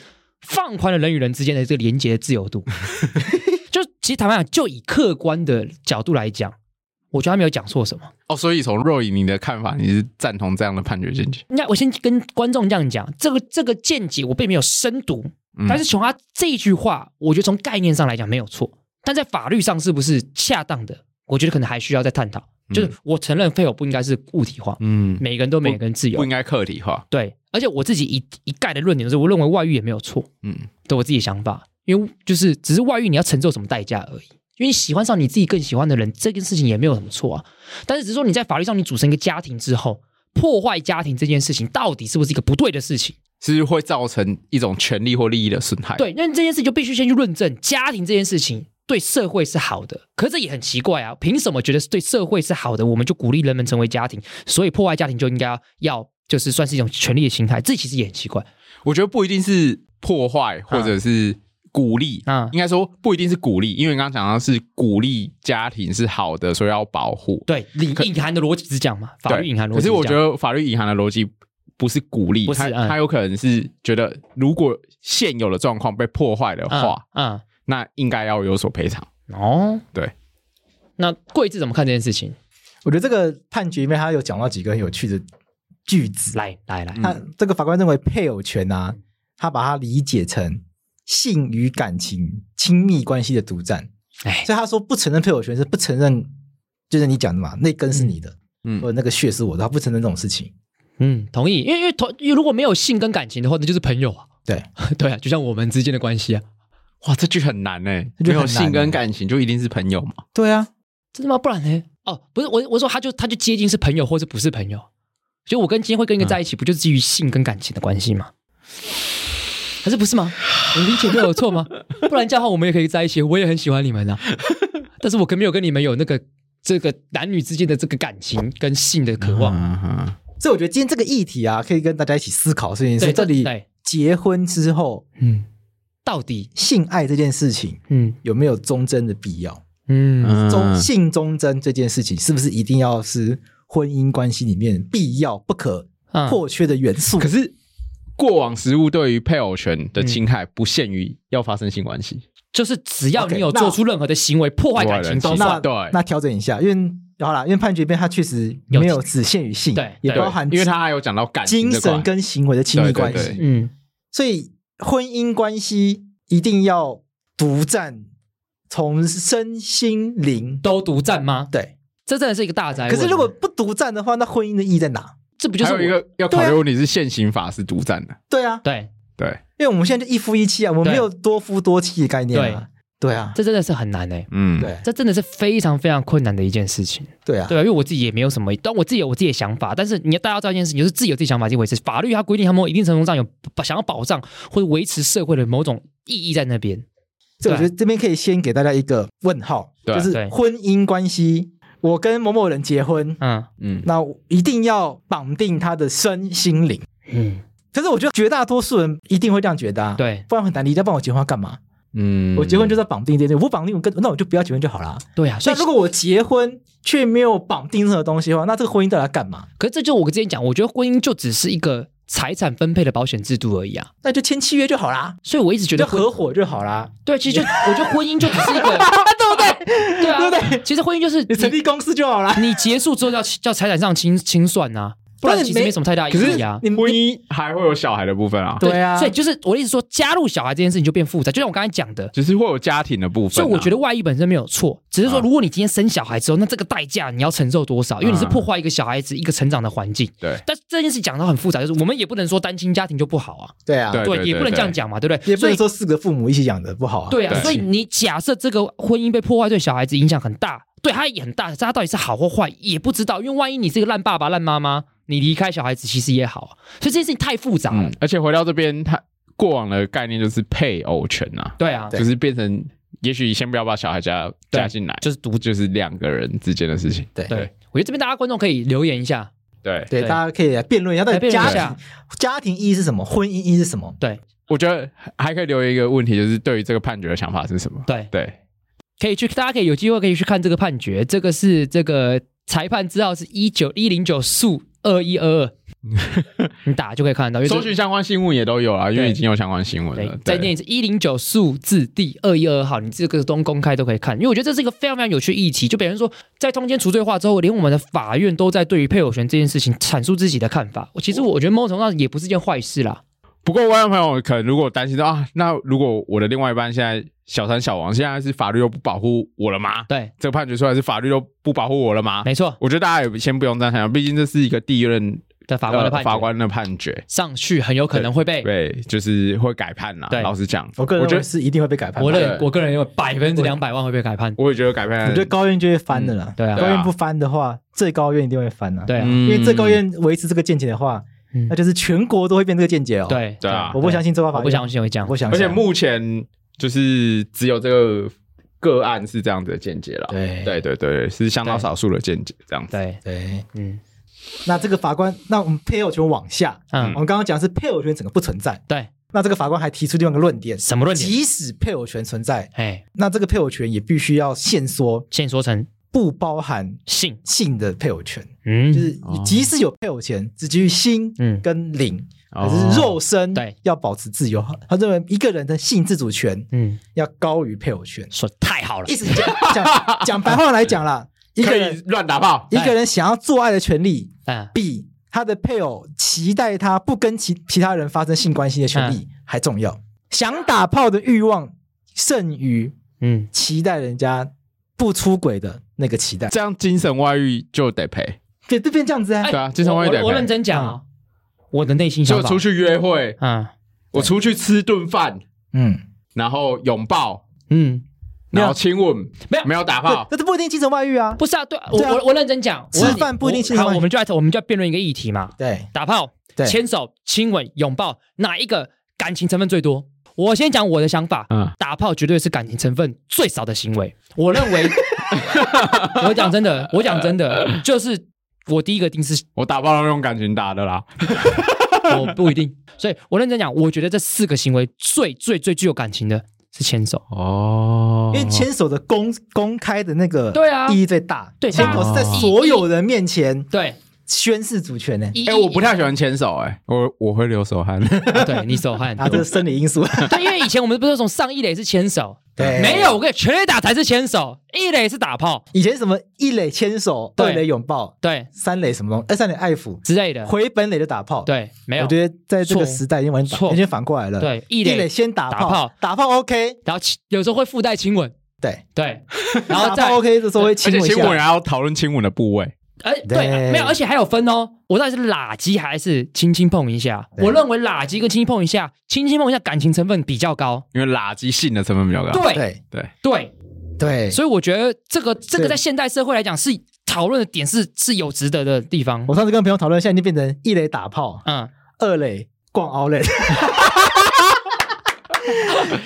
[SPEAKER 1] 放宽了人与人之间的这个连接的自由 度。就其实坦白讲，就以客观的角度来讲，我觉得他没有讲错什么。
[SPEAKER 3] 哦，所以从若以你的看法，你是赞同这样的判决见解？
[SPEAKER 1] 那我先跟观众这样讲，这个这个见解我并没有深读，
[SPEAKER 3] 嗯
[SPEAKER 1] 但是从他这一句话，我觉得从概念上来讲没有错，但在法律上是不是恰当的，我觉得可能还需要再探讨。就是我承认配偶不应该是物体化，
[SPEAKER 3] 嗯，
[SPEAKER 1] 每个人都每个人自由，
[SPEAKER 3] 不应该客体化，
[SPEAKER 1] 对，而且我自己一一概的论点就是，我认为外遇也没有错，
[SPEAKER 3] 嗯，
[SPEAKER 1] 对我自己的想法，因为就是只是外遇你要承受什么代价而已。因为你喜欢上你自己更喜欢的人，这件事情也没有什么错啊。但是只是说你在法律上你组成一个家庭之后，破坏家庭这件事情到底是不是一个不对的事情？
[SPEAKER 3] 是会造成一种权利或利益的损害。
[SPEAKER 1] 对，那这件事就必须先去论证家庭这件事情对社会是好的。可是这也很奇怪啊，凭什么觉得是对社会是好的，我们就鼓励人们成为家庭，所以破坏家庭就应该要要就是算是一种权利的形态？这其实也很奇怪。
[SPEAKER 3] 我觉得不一定是破坏或者是鼓励，
[SPEAKER 1] 嗯
[SPEAKER 3] 应该说不一定是鼓励，因为你刚刚讲到是鼓励家庭是好的，所以要保护。
[SPEAKER 1] 对，隐
[SPEAKER 3] 可
[SPEAKER 1] 隐含的逻辑是这样嘛？法律
[SPEAKER 3] 对
[SPEAKER 1] 隐含逻辑
[SPEAKER 3] 可
[SPEAKER 1] 这
[SPEAKER 3] 是
[SPEAKER 1] 样。
[SPEAKER 3] 我觉得法律隐含的逻辑不是鼓励，
[SPEAKER 1] 不是
[SPEAKER 3] 他
[SPEAKER 1] 嗯
[SPEAKER 3] 他有可能是觉得如果现有的状况被破坏的话，
[SPEAKER 1] 嗯，
[SPEAKER 3] 那应该要有所赔偿。
[SPEAKER 1] 嗯，哦，
[SPEAKER 3] 对。
[SPEAKER 1] 那贵志怎么看这件事情？
[SPEAKER 2] 我觉得这个判决里面他有讲到几个很有趣的句子，啊
[SPEAKER 1] 来来
[SPEAKER 3] 嗯
[SPEAKER 1] 来，
[SPEAKER 2] 他这个法官认为配偶权啊，他把它理解成性与感情亲密关系的独占，
[SPEAKER 1] 哎，
[SPEAKER 2] 所以他说不承认配偶权是不承认，就是你讲的嘛，那根是你的，
[SPEAKER 3] 嗯
[SPEAKER 2] 或者那个血是我的，他不承认这种事情。
[SPEAKER 1] 嗯，同意，因为因为同因为如果没有性跟感情的话，那就是朋友啊。
[SPEAKER 2] 对，
[SPEAKER 1] 对啊，就像我们之间的关系啊，
[SPEAKER 3] 哇，这句很难呢、欸，
[SPEAKER 2] 这句
[SPEAKER 3] 没
[SPEAKER 2] 很难
[SPEAKER 3] 有性
[SPEAKER 2] 欸
[SPEAKER 3] 跟感情就一定是朋友嘛？
[SPEAKER 2] 对啊，
[SPEAKER 1] 真的吗？不然呢？哦，不是我我说他就他就接近是朋友或是不是朋友，就我跟今天会跟一个在一起，不就是基于性跟感情的关系吗？还是不是吗？我理解对我有错吗？ 不然这样的话，我们也可以在一起，我也很喜欢你们啊。但是我跟没有跟你们有那个这个男女之间的这个感情跟性的渴望。
[SPEAKER 3] 嗯哼，
[SPEAKER 2] 所以我觉得今天这个议题啊，可以跟大家一起思考这件事。
[SPEAKER 1] 对
[SPEAKER 2] 这里
[SPEAKER 1] 对
[SPEAKER 2] 结婚之后，
[SPEAKER 1] 嗯，到底
[SPEAKER 2] 性爱这件事情
[SPEAKER 1] 嗯
[SPEAKER 2] 有没有忠贞的必要？
[SPEAKER 1] 嗯
[SPEAKER 3] 嗯
[SPEAKER 2] 忠性忠贞这件事情，是不是一定要是婚姻关系里面必要不可
[SPEAKER 1] 嗯
[SPEAKER 2] 或缺的元素？
[SPEAKER 3] 可是过往实务对于配偶权的侵害不限于要发生性关
[SPEAKER 1] 嗯
[SPEAKER 3] 系，
[SPEAKER 1] 就是只要
[SPEAKER 2] OK，
[SPEAKER 1] 你有
[SPEAKER 2] 那
[SPEAKER 1] 做出任何的行为破坏感情
[SPEAKER 3] 破
[SPEAKER 1] 都算
[SPEAKER 3] 坏人际
[SPEAKER 2] 那
[SPEAKER 3] 对
[SPEAKER 2] 那调整一下，因为好啦，因为判决里面它确实没有只限于性，
[SPEAKER 1] 对
[SPEAKER 2] 也
[SPEAKER 3] 对
[SPEAKER 2] 包含
[SPEAKER 3] 因为他还有讲到感情
[SPEAKER 2] 精
[SPEAKER 3] 这块
[SPEAKER 2] 神跟行为的亲密
[SPEAKER 3] 对对
[SPEAKER 2] 关
[SPEAKER 3] 对
[SPEAKER 2] 系。
[SPEAKER 1] 嗯
[SPEAKER 2] 所以婚姻关系一定要独占，从身心灵
[SPEAKER 1] 都独占吗？
[SPEAKER 2] 对。
[SPEAKER 1] 这真的是一个大灾问。
[SPEAKER 2] 可是如果不独占的话，那婚姻的意义在哪？
[SPEAKER 1] 这不就是
[SPEAKER 3] 还有一
[SPEAKER 1] 我啊
[SPEAKER 3] 个要考虑问题是现行法是独占的，
[SPEAKER 2] 对啊，
[SPEAKER 1] 对，
[SPEAKER 3] 对，
[SPEAKER 2] 因为我们现在就一夫一妻啊，我们
[SPEAKER 1] 对
[SPEAKER 2] 没有多夫多妻的概念啊。对啊，
[SPEAKER 1] 这真的是很难哎、
[SPEAKER 3] 嗯，
[SPEAKER 2] 对
[SPEAKER 1] 这真的是非常非常困难的一件事情，
[SPEAKER 2] 对啊，
[SPEAKER 1] 对吧、因为我自己也没有什么，但我自己有我自己的想法，但是你要大家知道一件事情，就是自己有自己想法这回事。法律它规定他们一定程度上有想要保障或者维持社会的某种意义在那边。
[SPEAKER 2] 所以我觉得这边可以先给大家一个问号，
[SPEAKER 3] 对
[SPEAKER 2] 就是
[SPEAKER 1] 对
[SPEAKER 2] 婚姻关系，我跟某某人结婚，
[SPEAKER 1] 嗯
[SPEAKER 3] 嗯，
[SPEAKER 2] 那我一定要绑定他的身心灵。
[SPEAKER 1] 嗯，
[SPEAKER 2] 可是我觉得绝大多数人一定会这样觉得啊，，
[SPEAKER 1] 对
[SPEAKER 2] 不然很难理解，不然我结婚要干嘛？
[SPEAKER 3] 嗯
[SPEAKER 2] 我结婚就是要绑定这件事，我不绑定我跟那我就不要结婚就好啦。
[SPEAKER 1] 对啊，所
[SPEAKER 2] 那
[SPEAKER 1] 以
[SPEAKER 2] 如果我结婚却没有绑定任何东西的话，那这个婚姻到底要干嘛？
[SPEAKER 1] 可是这就我之前讲，我觉得婚姻就只是一个财产分配的保险制度而已啊，
[SPEAKER 2] 那就签契约就好啦，
[SPEAKER 1] 所以我一直觉
[SPEAKER 2] 就
[SPEAKER 1] 得婚
[SPEAKER 2] 合伙就好 啦。
[SPEAKER 1] 对，其实就我觉得婚姻就只是一个，对不 对？对啊，
[SPEAKER 2] 对不对？
[SPEAKER 1] 其实婚姻就是
[SPEAKER 2] 你成立公司就好啦。
[SPEAKER 1] 你结束之后要要财产上清清算呐、不然
[SPEAKER 2] 但是
[SPEAKER 1] 其实没
[SPEAKER 2] 没
[SPEAKER 1] 什么太大意义啊。
[SPEAKER 2] 你
[SPEAKER 3] 婚姻还会有小孩的部分啊，
[SPEAKER 2] 对啊
[SPEAKER 1] 所以就是我的意思说，加入小孩这件事情就变复杂，就像我刚才讲的。
[SPEAKER 3] 只是会有家庭的部分啊，
[SPEAKER 1] 所以我觉得外遇本身没有错，只是说
[SPEAKER 3] 啊
[SPEAKER 1] 如果你今天生小孩之后，那这个代价你要承受多少？因为你是
[SPEAKER 3] 啊
[SPEAKER 1] 破坏一个小孩子一个成长的环境。
[SPEAKER 3] 对
[SPEAKER 1] 但这件事讲到很复杂，就是我们也不能说单亲家庭就不好啊，
[SPEAKER 2] 对啊，
[SPEAKER 3] 对
[SPEAKER 1] 也不能这样讲嘛，对不对？
[SPEAKER 2] 也不
[SPEAKER 1] 所以
[SPEAKER 2] 能说四个父母一起养的不好啊。
[SPEAKER 1] 对啊，
[SPEAKER 3] 对
[SPEAKER 1] 所以你假设这个婚姻被破坏，对小孩子影响很大，对他也很大，但他到底是好或坏也不知道，因为万一你是一个烂爸爸、烂妈妈，你离开小孩子其实也好啊，所以这件事情太复杂了。
[SPEAKER 3] 嗯，而且回到这边，他过往的概念就是配偶权啊，
[SPEAKER 1] 对啊，
[SPEAKER 3] 就是变成，也许先不要把小孩加
[SPEAKER 1] 对
[SPEAKER 3] 加进来，
[SPEAKER 1] 就是独
[SPEAKER 3] 就是两个人之间的事情，
[SPEAKER 2] 对
[SPEAKER 1] 对，我觉得这边大家观众可以留言一下，
[SPEAKER 3] 对，
[SPEAKER 2] 对，
[SPEAKER 1] 对
[SPEAKER 2] 大家可以来辩论一下，到
[SPEAKER 1] 来
[SPEAKER 2] 底
[SPEAKER 1] 辩
[SPEAKER 2] 家
[SPEAKER 1] 论一
[SPEAKER 2] 庭
[SPEAKER 1] 下。
[SPEAKER 2] 家庭意义是什么，婚姻意义是什么？
[SPEAKER 1] 对
[SPEAKER 3] 我觉得还可以留一个问题，就是对于这个判决的想法是什么？
[SPEAKER 1] 对，
[SPEAKER 3] 对，
[SPEAKER 1] 可以去，大家可以有机会可以去看这个判决，这个是这个裁判资料是一九一零九诉二一二二，你打就可以看得到，因为这
[SPEAKER 3] 搜寻相关新闻也都有啊啦，因为
[SPEAKER 1] 对
[SPEAKER 3] 已经有相关新闻
[SPEAKER 1] 对
[SPEAKER 3] 了，，
[SPEAKER 1] 再念一次一零九数字第二一二号，你这个东公开都可以看，因为我觉得这是一个非常非常有趣的议题。就别人说，在通奸除罪化之后，连我们的法院都在对于配偶权这件事情阐述自己的看法。我其实我觉得某种程度上也不是件坏事啦。
[SPEAKER 3] 不过，观众朋友可能如果担心说啊，那如果我的另外一半现在小三小王，现在是法律又不保护我了吗？
[SPEAKER 1] 对，
[SPEAKER 3] 这个判决出来是法律又不保护我了吗？
[SPEAKER 1] 没错
[SPEAKER 3] 我觉得大家也先不用这样想，毕竟这是一个第一任
[SPEAKER 1] 的法官的
[SPEAKER 3] 呃
[SPEAKER 1] 判决，
[SPEAKER 3] 法官的判决，
[SPEAKER 1] 上去很有可能会被，
[SPEAKER 3] 对，就是会改判啦。
[SPEAKER 1] 对
[SPEAKER 3] 老实讲，
[SPEAKER 2] 我个人
[SPEAKER 3] 我觉
[SPEAKER 2] 认为
[SPEAKER 3] 得
[SPEAKER 2] 是一定会被改判的。
[SPEAKER 1] 我
[SPEAKER 3] 认
[SPEAKER 1] 认我个人认为百分之两百万会被改判。
[SPEAKER 3] 我也觉得改
[SPEAKER 2] 我
[SPEAKER 3] 判，
[SPEAKER 2] 觉得高院就会翻的啦。
[SPEAKER 1] 对啊
[SPEAKER 2] 高院不翻的话，最高院一定会翻啊。
[SPEAKER 1] 对啊，
[SPEAKER 3] 嗯
[SPEAKER 2] 因为最高院维持这个见解的话
[SPEAKER 1] 嗯，
[SPEAKER 2] 那就是全国都会变这个见解哦。，
[SPEAKER 1] 对
[SPEAKER 3] 对啊
[SPEAKER 2] 我不相信最高法
[SPEAKER 1] 我
[SPEAKER 2] 院，
[SPEAKER 1] 不相信会这样
[SPEAKER 2] 我。不相
[SPEAKER 3] 而
[SPEAKER 2] 信。
[SPEAKER 3] 且目前就是只有这个个案是这样子的见解了。
[SPEAKER 2] 对
[SPEAKER 3] 对对对，是相当
[SPEAKER 1] 对
[SPEAKER 3] 少数的见解这样子。
[SPEAKER 1] 对，
[SPEAKER 2] 对，
[SPEAKER 1] 嗯
[SPEAKER 2] 那这个法官，那我们配偶权往下，
[SPEAKER 1] 嗯
[SPEAKER 2] 我，们刚刚讲是配偶权整个不存在。
[SPEAKER 1] 对，
[SPEAKER 2] 那这个法官还提出另外一个论点，
[SPEAKER 1] 什么论点？
[SPEAKER 2] 即使配偶权存在，
[SPEAKER 1] 哎，
[SPEAKER 2] 那这个配偶权也必须要限缩，
[SPEAKER 1] 先说成
[SPEAKER 2] 不包含
[SPEAKER 1] 性，
[SPEAKER 2] 性的配偶权，就
[SPEAKER 1] 嗯
[SPEAKER 2] 是即使有配偶权，只基于心
[SPEAKER 1] 嗯，
[SPEAKER 2] 跟灵，
[SPEAKER 3] 哦
[SPEAKER 2] 可啊是肉身
[SPEAKER 1] 对
[SPEAKER 2] 要保持自由。他认为一个人的性自主权
[SPEAKER 1] 嗯，
[SPEAKER 2] 要高于配偶权。
[SPEAKER 1] 说得太好了
[SPEAKER 2] 意，思讲讲讲白话来讲啦，一
[SPEAKER 3] 可
[SPEAKER 2] 个
[SPEAKER 3] 以
[SPEAKER 2] 人
[SPEAKER 3] 乱打炮，
[SPEAKER 2] 一个人想要做爱的权利，
[SPEAKER 1] 嗯，
[SPEAKER 2] 比他的配偶期待他不跟其其他人发生性关系的权
[SPEAKER 3] 嗯
[SPEAKER 2] 利还重要。想打炮的欲望胜于
[SPEAKER 1] 嗯，
[SPEAKER 2] 期待人家不出轨的那个期待。
[SPEAKER 3] 这样精神外遇就得赔。
[SPEAKER 2] 对，就变这样子啊
[SPEAKER 1] 哎。
[SPEAKER 3] 对啊精神外遇
[SPEAKER 1] 我
[SPEAKER 3] 得
[SPEAKER 1] 我我
[SPEAKER 3] 赔
[SPEAKER 1] 认真讲
[SPEAKER 2] 嗯
[SPEAKER 1] 啊，我的内心想
[SPEAKER 3] 就
[SPEAKER 1] 法，
[SPEAKER 3] 出去约会，
[SPEAKER 1] 嗯
[SPEAKER 3] 我出去吃顿饭，
[SPEAKER 2] 嗯，
[SPEAKER 3] 然后拥抱，
[SPEAKER 1] 嗯，
[SPEAKER 3] 然后亲吻，
[SPEAKER 1] 没有
[SPEAKER 3] 没有打炮，
[SPEAKER 2] 那这不一定精神外遇啊。
[SPEAKER 1] 不是啊，对我
[SPEAKER 2] 对啊
[SPEAKER 1] 我我认真讲，我
[SPEAKER 2] 吃
[SPEAKER 1] 问你
[SPEAKER 2] 饭不一定
[SPEAKER 1] 我
[SPEAKER 2] 性
[SPEAKER 1] 好，
[SPEAKER 2] 关系
[SPEAKER 1] 我们就来我们就要辩论一个议题嘛，
[SPEAKER 2] 对
[SPEAKER 1] 打炮、
[SPEAKER 2] 对
[SPEAKER 1] 牵手、亲吻、拥抱，哪一个感情成分最多？我先讲我的想法，
[SPEAKER 3] 嗯
[SPEAKER 1] 打炮绝对是感情成分最少的行为。我认 为，我讲真的，我讲真的，就是我第一个一定是
[SPEAKER 3] 我打炮都用感情打的啦。
[SPEAKER 1] 我不一定，所以我认真讲，我觉得这四个行为最最最具有感情的是牵手。
[SPEAKER 3] 哦
[SPEAKER 2] 因为牵手的公公开的那个
[SPEAKER 1] 对啊
[SPEAKER 2] 意义最大，
[SPEAKER 1] 对
[SPEAKER 2] 牵手是在所有人面前
[SPEAKER 1] 对，
[SPEAKER 2] 宣示主权呢、
[SPEAKER 1] 一
[SPEAKER 3] 哎、我不太喜欢牵手、哎，我我会 流手汗。
[SPEAKER 1] 对你手汗
[SPEAKER 2] 啊，这是生理 因素，
[SPEAKER 1] 对，因为以前我们不是从上一垒是牵手，
[SPEAKER 2] 对
[SPEAKER 1] 没有，我跟你全垒打才是牵手，一垒是打炮，
[SPEAKER 2] 以前什么一垒牵手，
[SPEAKER 1] 对
[SPEAKER 2] 二垒拥抱，
[SPEAKER 1] 对
[SPEAKER 2] 三垒什么东西，哎，三垒爱抚，
[SPEAKER 1] 之类的，
[SPEAKER 2] 回本垒就打炮。，
[SPEAKER 1] 对，没有
[SPEAKER 2] 我，觉得在这
[SPEAKER 1] 错
[SPEAKER 2] 个时代已经完全
[SPEAKER 1] 错
[SPEAKER 2] 完全反过来了。，
[SPEAKER 1] 对一
[SPEAKER 2] 一垒
[SPEAKER 1] 垒，
[SPEAKER 2] 先打
[SPEAKER 1] 打炮，
[SPEAKER 2] 打炮 OK，
[SPEAKER 1] 然后亲有时候会附带亲吻，
[SPEAKER 2] 对，
[SPEAKER 1] 对，然后
[SPEAKER 2] 打
[SPEAKER 1] 再
[SPEAKER 2] 炮 OK 的时候会
[SPEAKER 3] 而
[SPEAKER 2] 亲
[SPEAKER 3] 且
[SPEAKER 2] 吻一
[SPEAKER 3] 亲吻
[SPEAKER 2] 下，
[SPEAKER 3] 还要讨论亲吻的部位，
[SPEAKER 1] 哎，
[SPEAKER 2] 对
[SPEAKER 1] 对，没有，而且还有分哦。我到底是拉鸡还是轻轻碰一下？
[SPEAKER 2] 对
[SPEAKER 1] 我认为拉鸡跟轻轻碰一下，轻轻碰一下感情成分比较高。
[SPEAKER 3] 因为垃圾性的成分比较高。
[SPEAKER 1] 对
[SPEAKER 2] 对
[SPEAKER 3] 对，
[SPEAKER 1] 对，
[SPEAKER 2] 对，
[SPEAKER 1] 所以我觉得这个这个
[SPEAKER 2] 对
[SPEAKER 1] 在现代社会来讲是讨论的点是是有值得的地方。
[SPEAKER 2] 我上次跟朋友讨论，现在已经变成一垒打炮，
[SPEAKER 1] 嗯，
[SPEAKER 2] 二垒逛 Outlet，三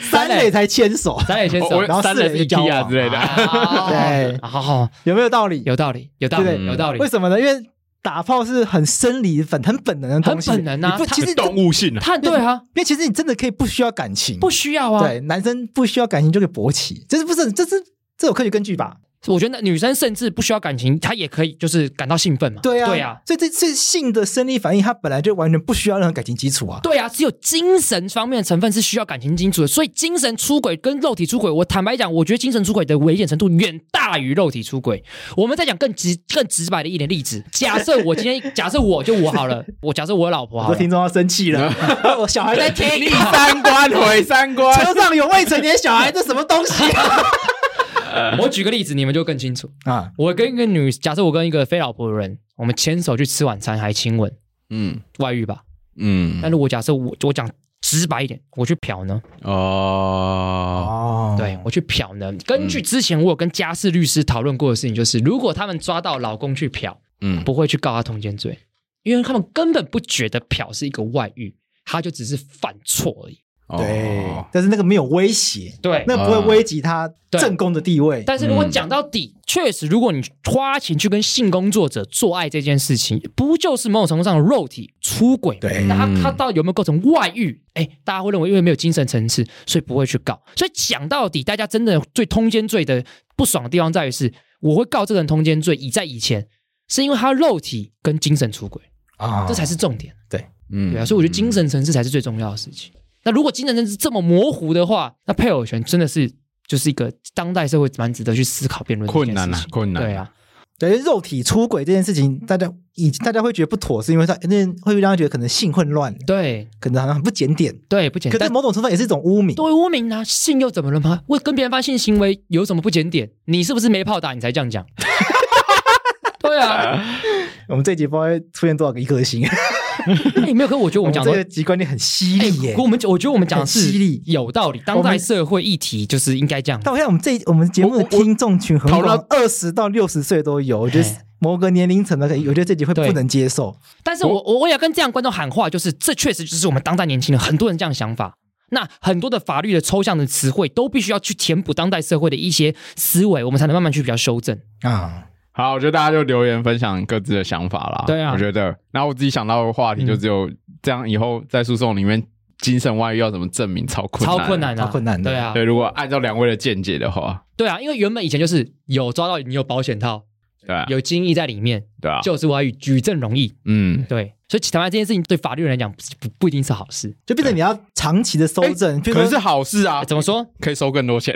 [SPEAKER 1] 三
[SPEAKER 2] 垒
[SPEAKER 1] 垒
[SPEAKER 2] 才牵手，
[SPEAKER 1] 咱也先
[SPEAKER 3] 我
[SPEAKER 1] 走
[SPEAKER 3] 我。
[SPEAKER 2] 然后
[SPEAKER 3] 三
[SPEAKER 2] 四
[SPEAKER 3] 人
[SPEAKER 2] 人一
[SPEAKER 3] 是 T
[SPEAKER 2] 交
[SPEAKER 3] 啊
[SPEAKER 2] 往
[SPEAKER 3] 之类的。
[SPEAKER 1] 啊
[SPEAKER 2] 对
[SPEAKER 1] 好好，
[SPEAKER 2] 有没有道理？
[SPEAKER 1] 有道理，有道
[SPEAKER 2] 对
[SPEAKER 1] 理，
[SPEAKER 2] 不
[SPEAKER 3] 对
[SPEAKER 1] 有道理
[SPEAKER 2] 为。什么呢？因为打炮是很生理、本很本能的东西，
[SPEAKER 1] 很本能啊
[SPEAKER 2] 你不，
[SPEAKER 1] 它
[SPEAKER 2] 其实
[SPEAKER 3] 动物性啊，
[SPEAKER 1] 他对啊，
[SPEAKER 2] 因为其实你真的可以不需要感情，
[SPEAKER 1] 不需要啊。
[SPEAKER 2] 对男生不需要感情就可以勃起，这是不是？这是这有科学根据吧？
[SPEAKER 1] 我觉得女生甚至不需要感情，她也可以就是感到兴奋嘛。
[SPEAKER 2] 对啊，
[SPEAKER 1] 对啊，
[SPEAKER 2] 所以这这性的生理反应，它本来就完全不需要任何感情基础啊。
[SPEAKER 1] 对啊，只有精神方面的成分是需要感情基础的，所以精神出轨跟肉体出轨，我坦白讲，我觉得精神出轨的危险程度远大于肉体出轨。我们再讲更直、更直白的一点例子，假设我今天，假设我就我好了，我假设我有老婆好
[SPEAKER 2] 我
[SPEAKER 1] 了
[SPEAKER 2] 听，众要生 气了，我小孩 在听，
[SPEAKER 3] 逆 三观毁三观，
[SPEAKER 2] 车上有未成年小孩，这什么 东西啊？
[SPEAKER 1] 我举个例子，你们就更清楚。
[SPEAKER 2] 啊
[SPEAKER 1] 我跟一个女，假设我跟一个非老婆的人，我们牵手去吃晚餐还亲吻，
[SPEAKER 3] 嗯
[SPEAKER 1] 外遇吧？但
[SPEAKER 3] 嗯，
[SPEAKER 1] 是我假设我我讲直白一点，我去嫖呢？
[SPEAKER 3] 哦，
[SPEAKER 2] 哦
[SPEAKER 1] 对我去嫖呢？根据之前我有跟家事律师讨论过的事情，就是如果他们抓到老公去嫖，
[SPEAKER 3] 嗯，
[SPEAKER 1] 不会去告他通奸罪，因为他们根本不觉得嫖是一个外遇，他就只是犯错而已。
[SPEAKER 2] 对
[SPEAKER 3] 哦，
[SPEAKER 2] 但是那个没有威胁，
[SPEAKER 1] 对
[SPEAKER 2] 那不会危及他正宫的地位。
[SPEAKER 1] 但是如果讲到底，确实，如果你花钱去跟性工作者做爱这件事情，不就是某种程度上的肉体出轨吗？
[SPEAKER 2] 对
[SPEAKER 1] 那
[SPEAKER 3] 嗯
[SPEAKER 1] 他他到底有没有构成外遇？哎，大家会认为因为没有精神层次，所以不会去告。所以讲到底，大家真的对通奸罪的不爽的地方在于是，我会告这个人通奸罪，已在以前。是因为他肉体跟精神出轨，
[SPEAKER 2] 啊
[SPEAKER 1] 这才是重点，
[SPEAKER 3] 嗯
[SPEAKER 1] 对啊，所以我觉得精神层次才是最重要的事情。那如果精神层次这么模糊的话，那配偶权真的是就是一个当代社会蛮值得去思考辩论的一件
[SPEAKER 3] 困难
[SPEAKER 1] 事
[SPEAKER 3] 啊
[SPEAKER 1] 情，
[SPEAKER 3] 困难，
[SPEAKER 1] 对啊，
[SPEAKER 2] 对肉体出轨这件事情，大家以大家会觉得不妥，是因为他那会让他觉得可能性混乱，
[SPEAKER 1] 对
[SPEAKER 2] 可能好像很不检点。
[SPEAKER 1] 对，不简
[SPEAKER 2] 可是
[SPEAKER 1] 单。
[SPEAKER 2] 某种程度上也是一种污名。
[SPEAKER 1] 对污名啊，性又怎么了吗？我跟别人发性行为有什么不检点？你是不是没炮打你才这样讲？ 对啊，
[SPEAKER 2] 我们这一集不知道会出现多少个一颗星，
[SPEAKER 1] 哎，没有，可是我觉得我们
[SPEAKER 2] 我们
[SPEAKER 1] 讲
[SPEAKER 2] 这
[SPEAKER 1] 的，
[SPEAKER 2] 个集观点很犀利耶
[SPEAKER 1] 可。我们我觉得我们讲的
[SPEAKER 2] 很犀利
[SPEAKER 1] 是有道理，当
[SPEAKER 2] 我们
[SPEAKER 1] 代社会议题就是应该这样。
[SPEAKER 2] 但我想我们这我们节目的听众群很
[SPEAKER 3] 我我
[SPEAKER 2] 广，二十到六十岁都有，我觉得
[SPEAKER 1] 嘿
[SPEAKER 2] 某个年龄层的，我觉得这集会不
[SPEAKER 1] 对
[SPEAKER 2] 能接受。
[SPEAKER 1] 但是我我我也要跟这样观众喊话，就是这确实就是我们当代年轻人很多人这样想法。那很多的法律的抽象的词汇都必须要去填补当代社会的一些思维，我们才能慢慢去比较修正。
[SPEAKER 2] 啊，
[SPEAKER 3] 好，我觉得大家就留言分享各自的想法啦。
[SPEAKER 1] 对啊
[SPEAKER 3] 我觉得，然后我自己想到的话题就只有这样，以后在诉讼里面精神外遇要怎么证明，超困难，
[SPEAKER 1] 超困。难啊，
[SPEAKER 2] 超困难的
[SPEAKER 1] 对啊，
[SPEAKER 3] 对，如果按照两位的见解的话，
[SPEAKER 1] 对啊，因为原本以前就是有抓到你有保险套，
[SPEAKER 3] 对啊，
[SPEAKER 1] 有精液在里面，
[SPEAKER 3] 对啊，
[SPEAKER 1] 就是外遇，举证容易。
[SPEAKER 3] 嗯，
[SPEAKER 1] 对，所以坦白这件事情对法律人来讲不是不不一定是好事。
[SPEAKER 2] 就变成你要长期的搜
[SPEAKER 1] 哎
[SPEAKER 2] 证，比如
[SPEAKER 3] 可
[SPEAKER 2] 说
[SPEAKER 3] 是好事啊
[SPEAKER 1] 啊、，怎么说？
[SPEAKER 3] 可以收更多钱。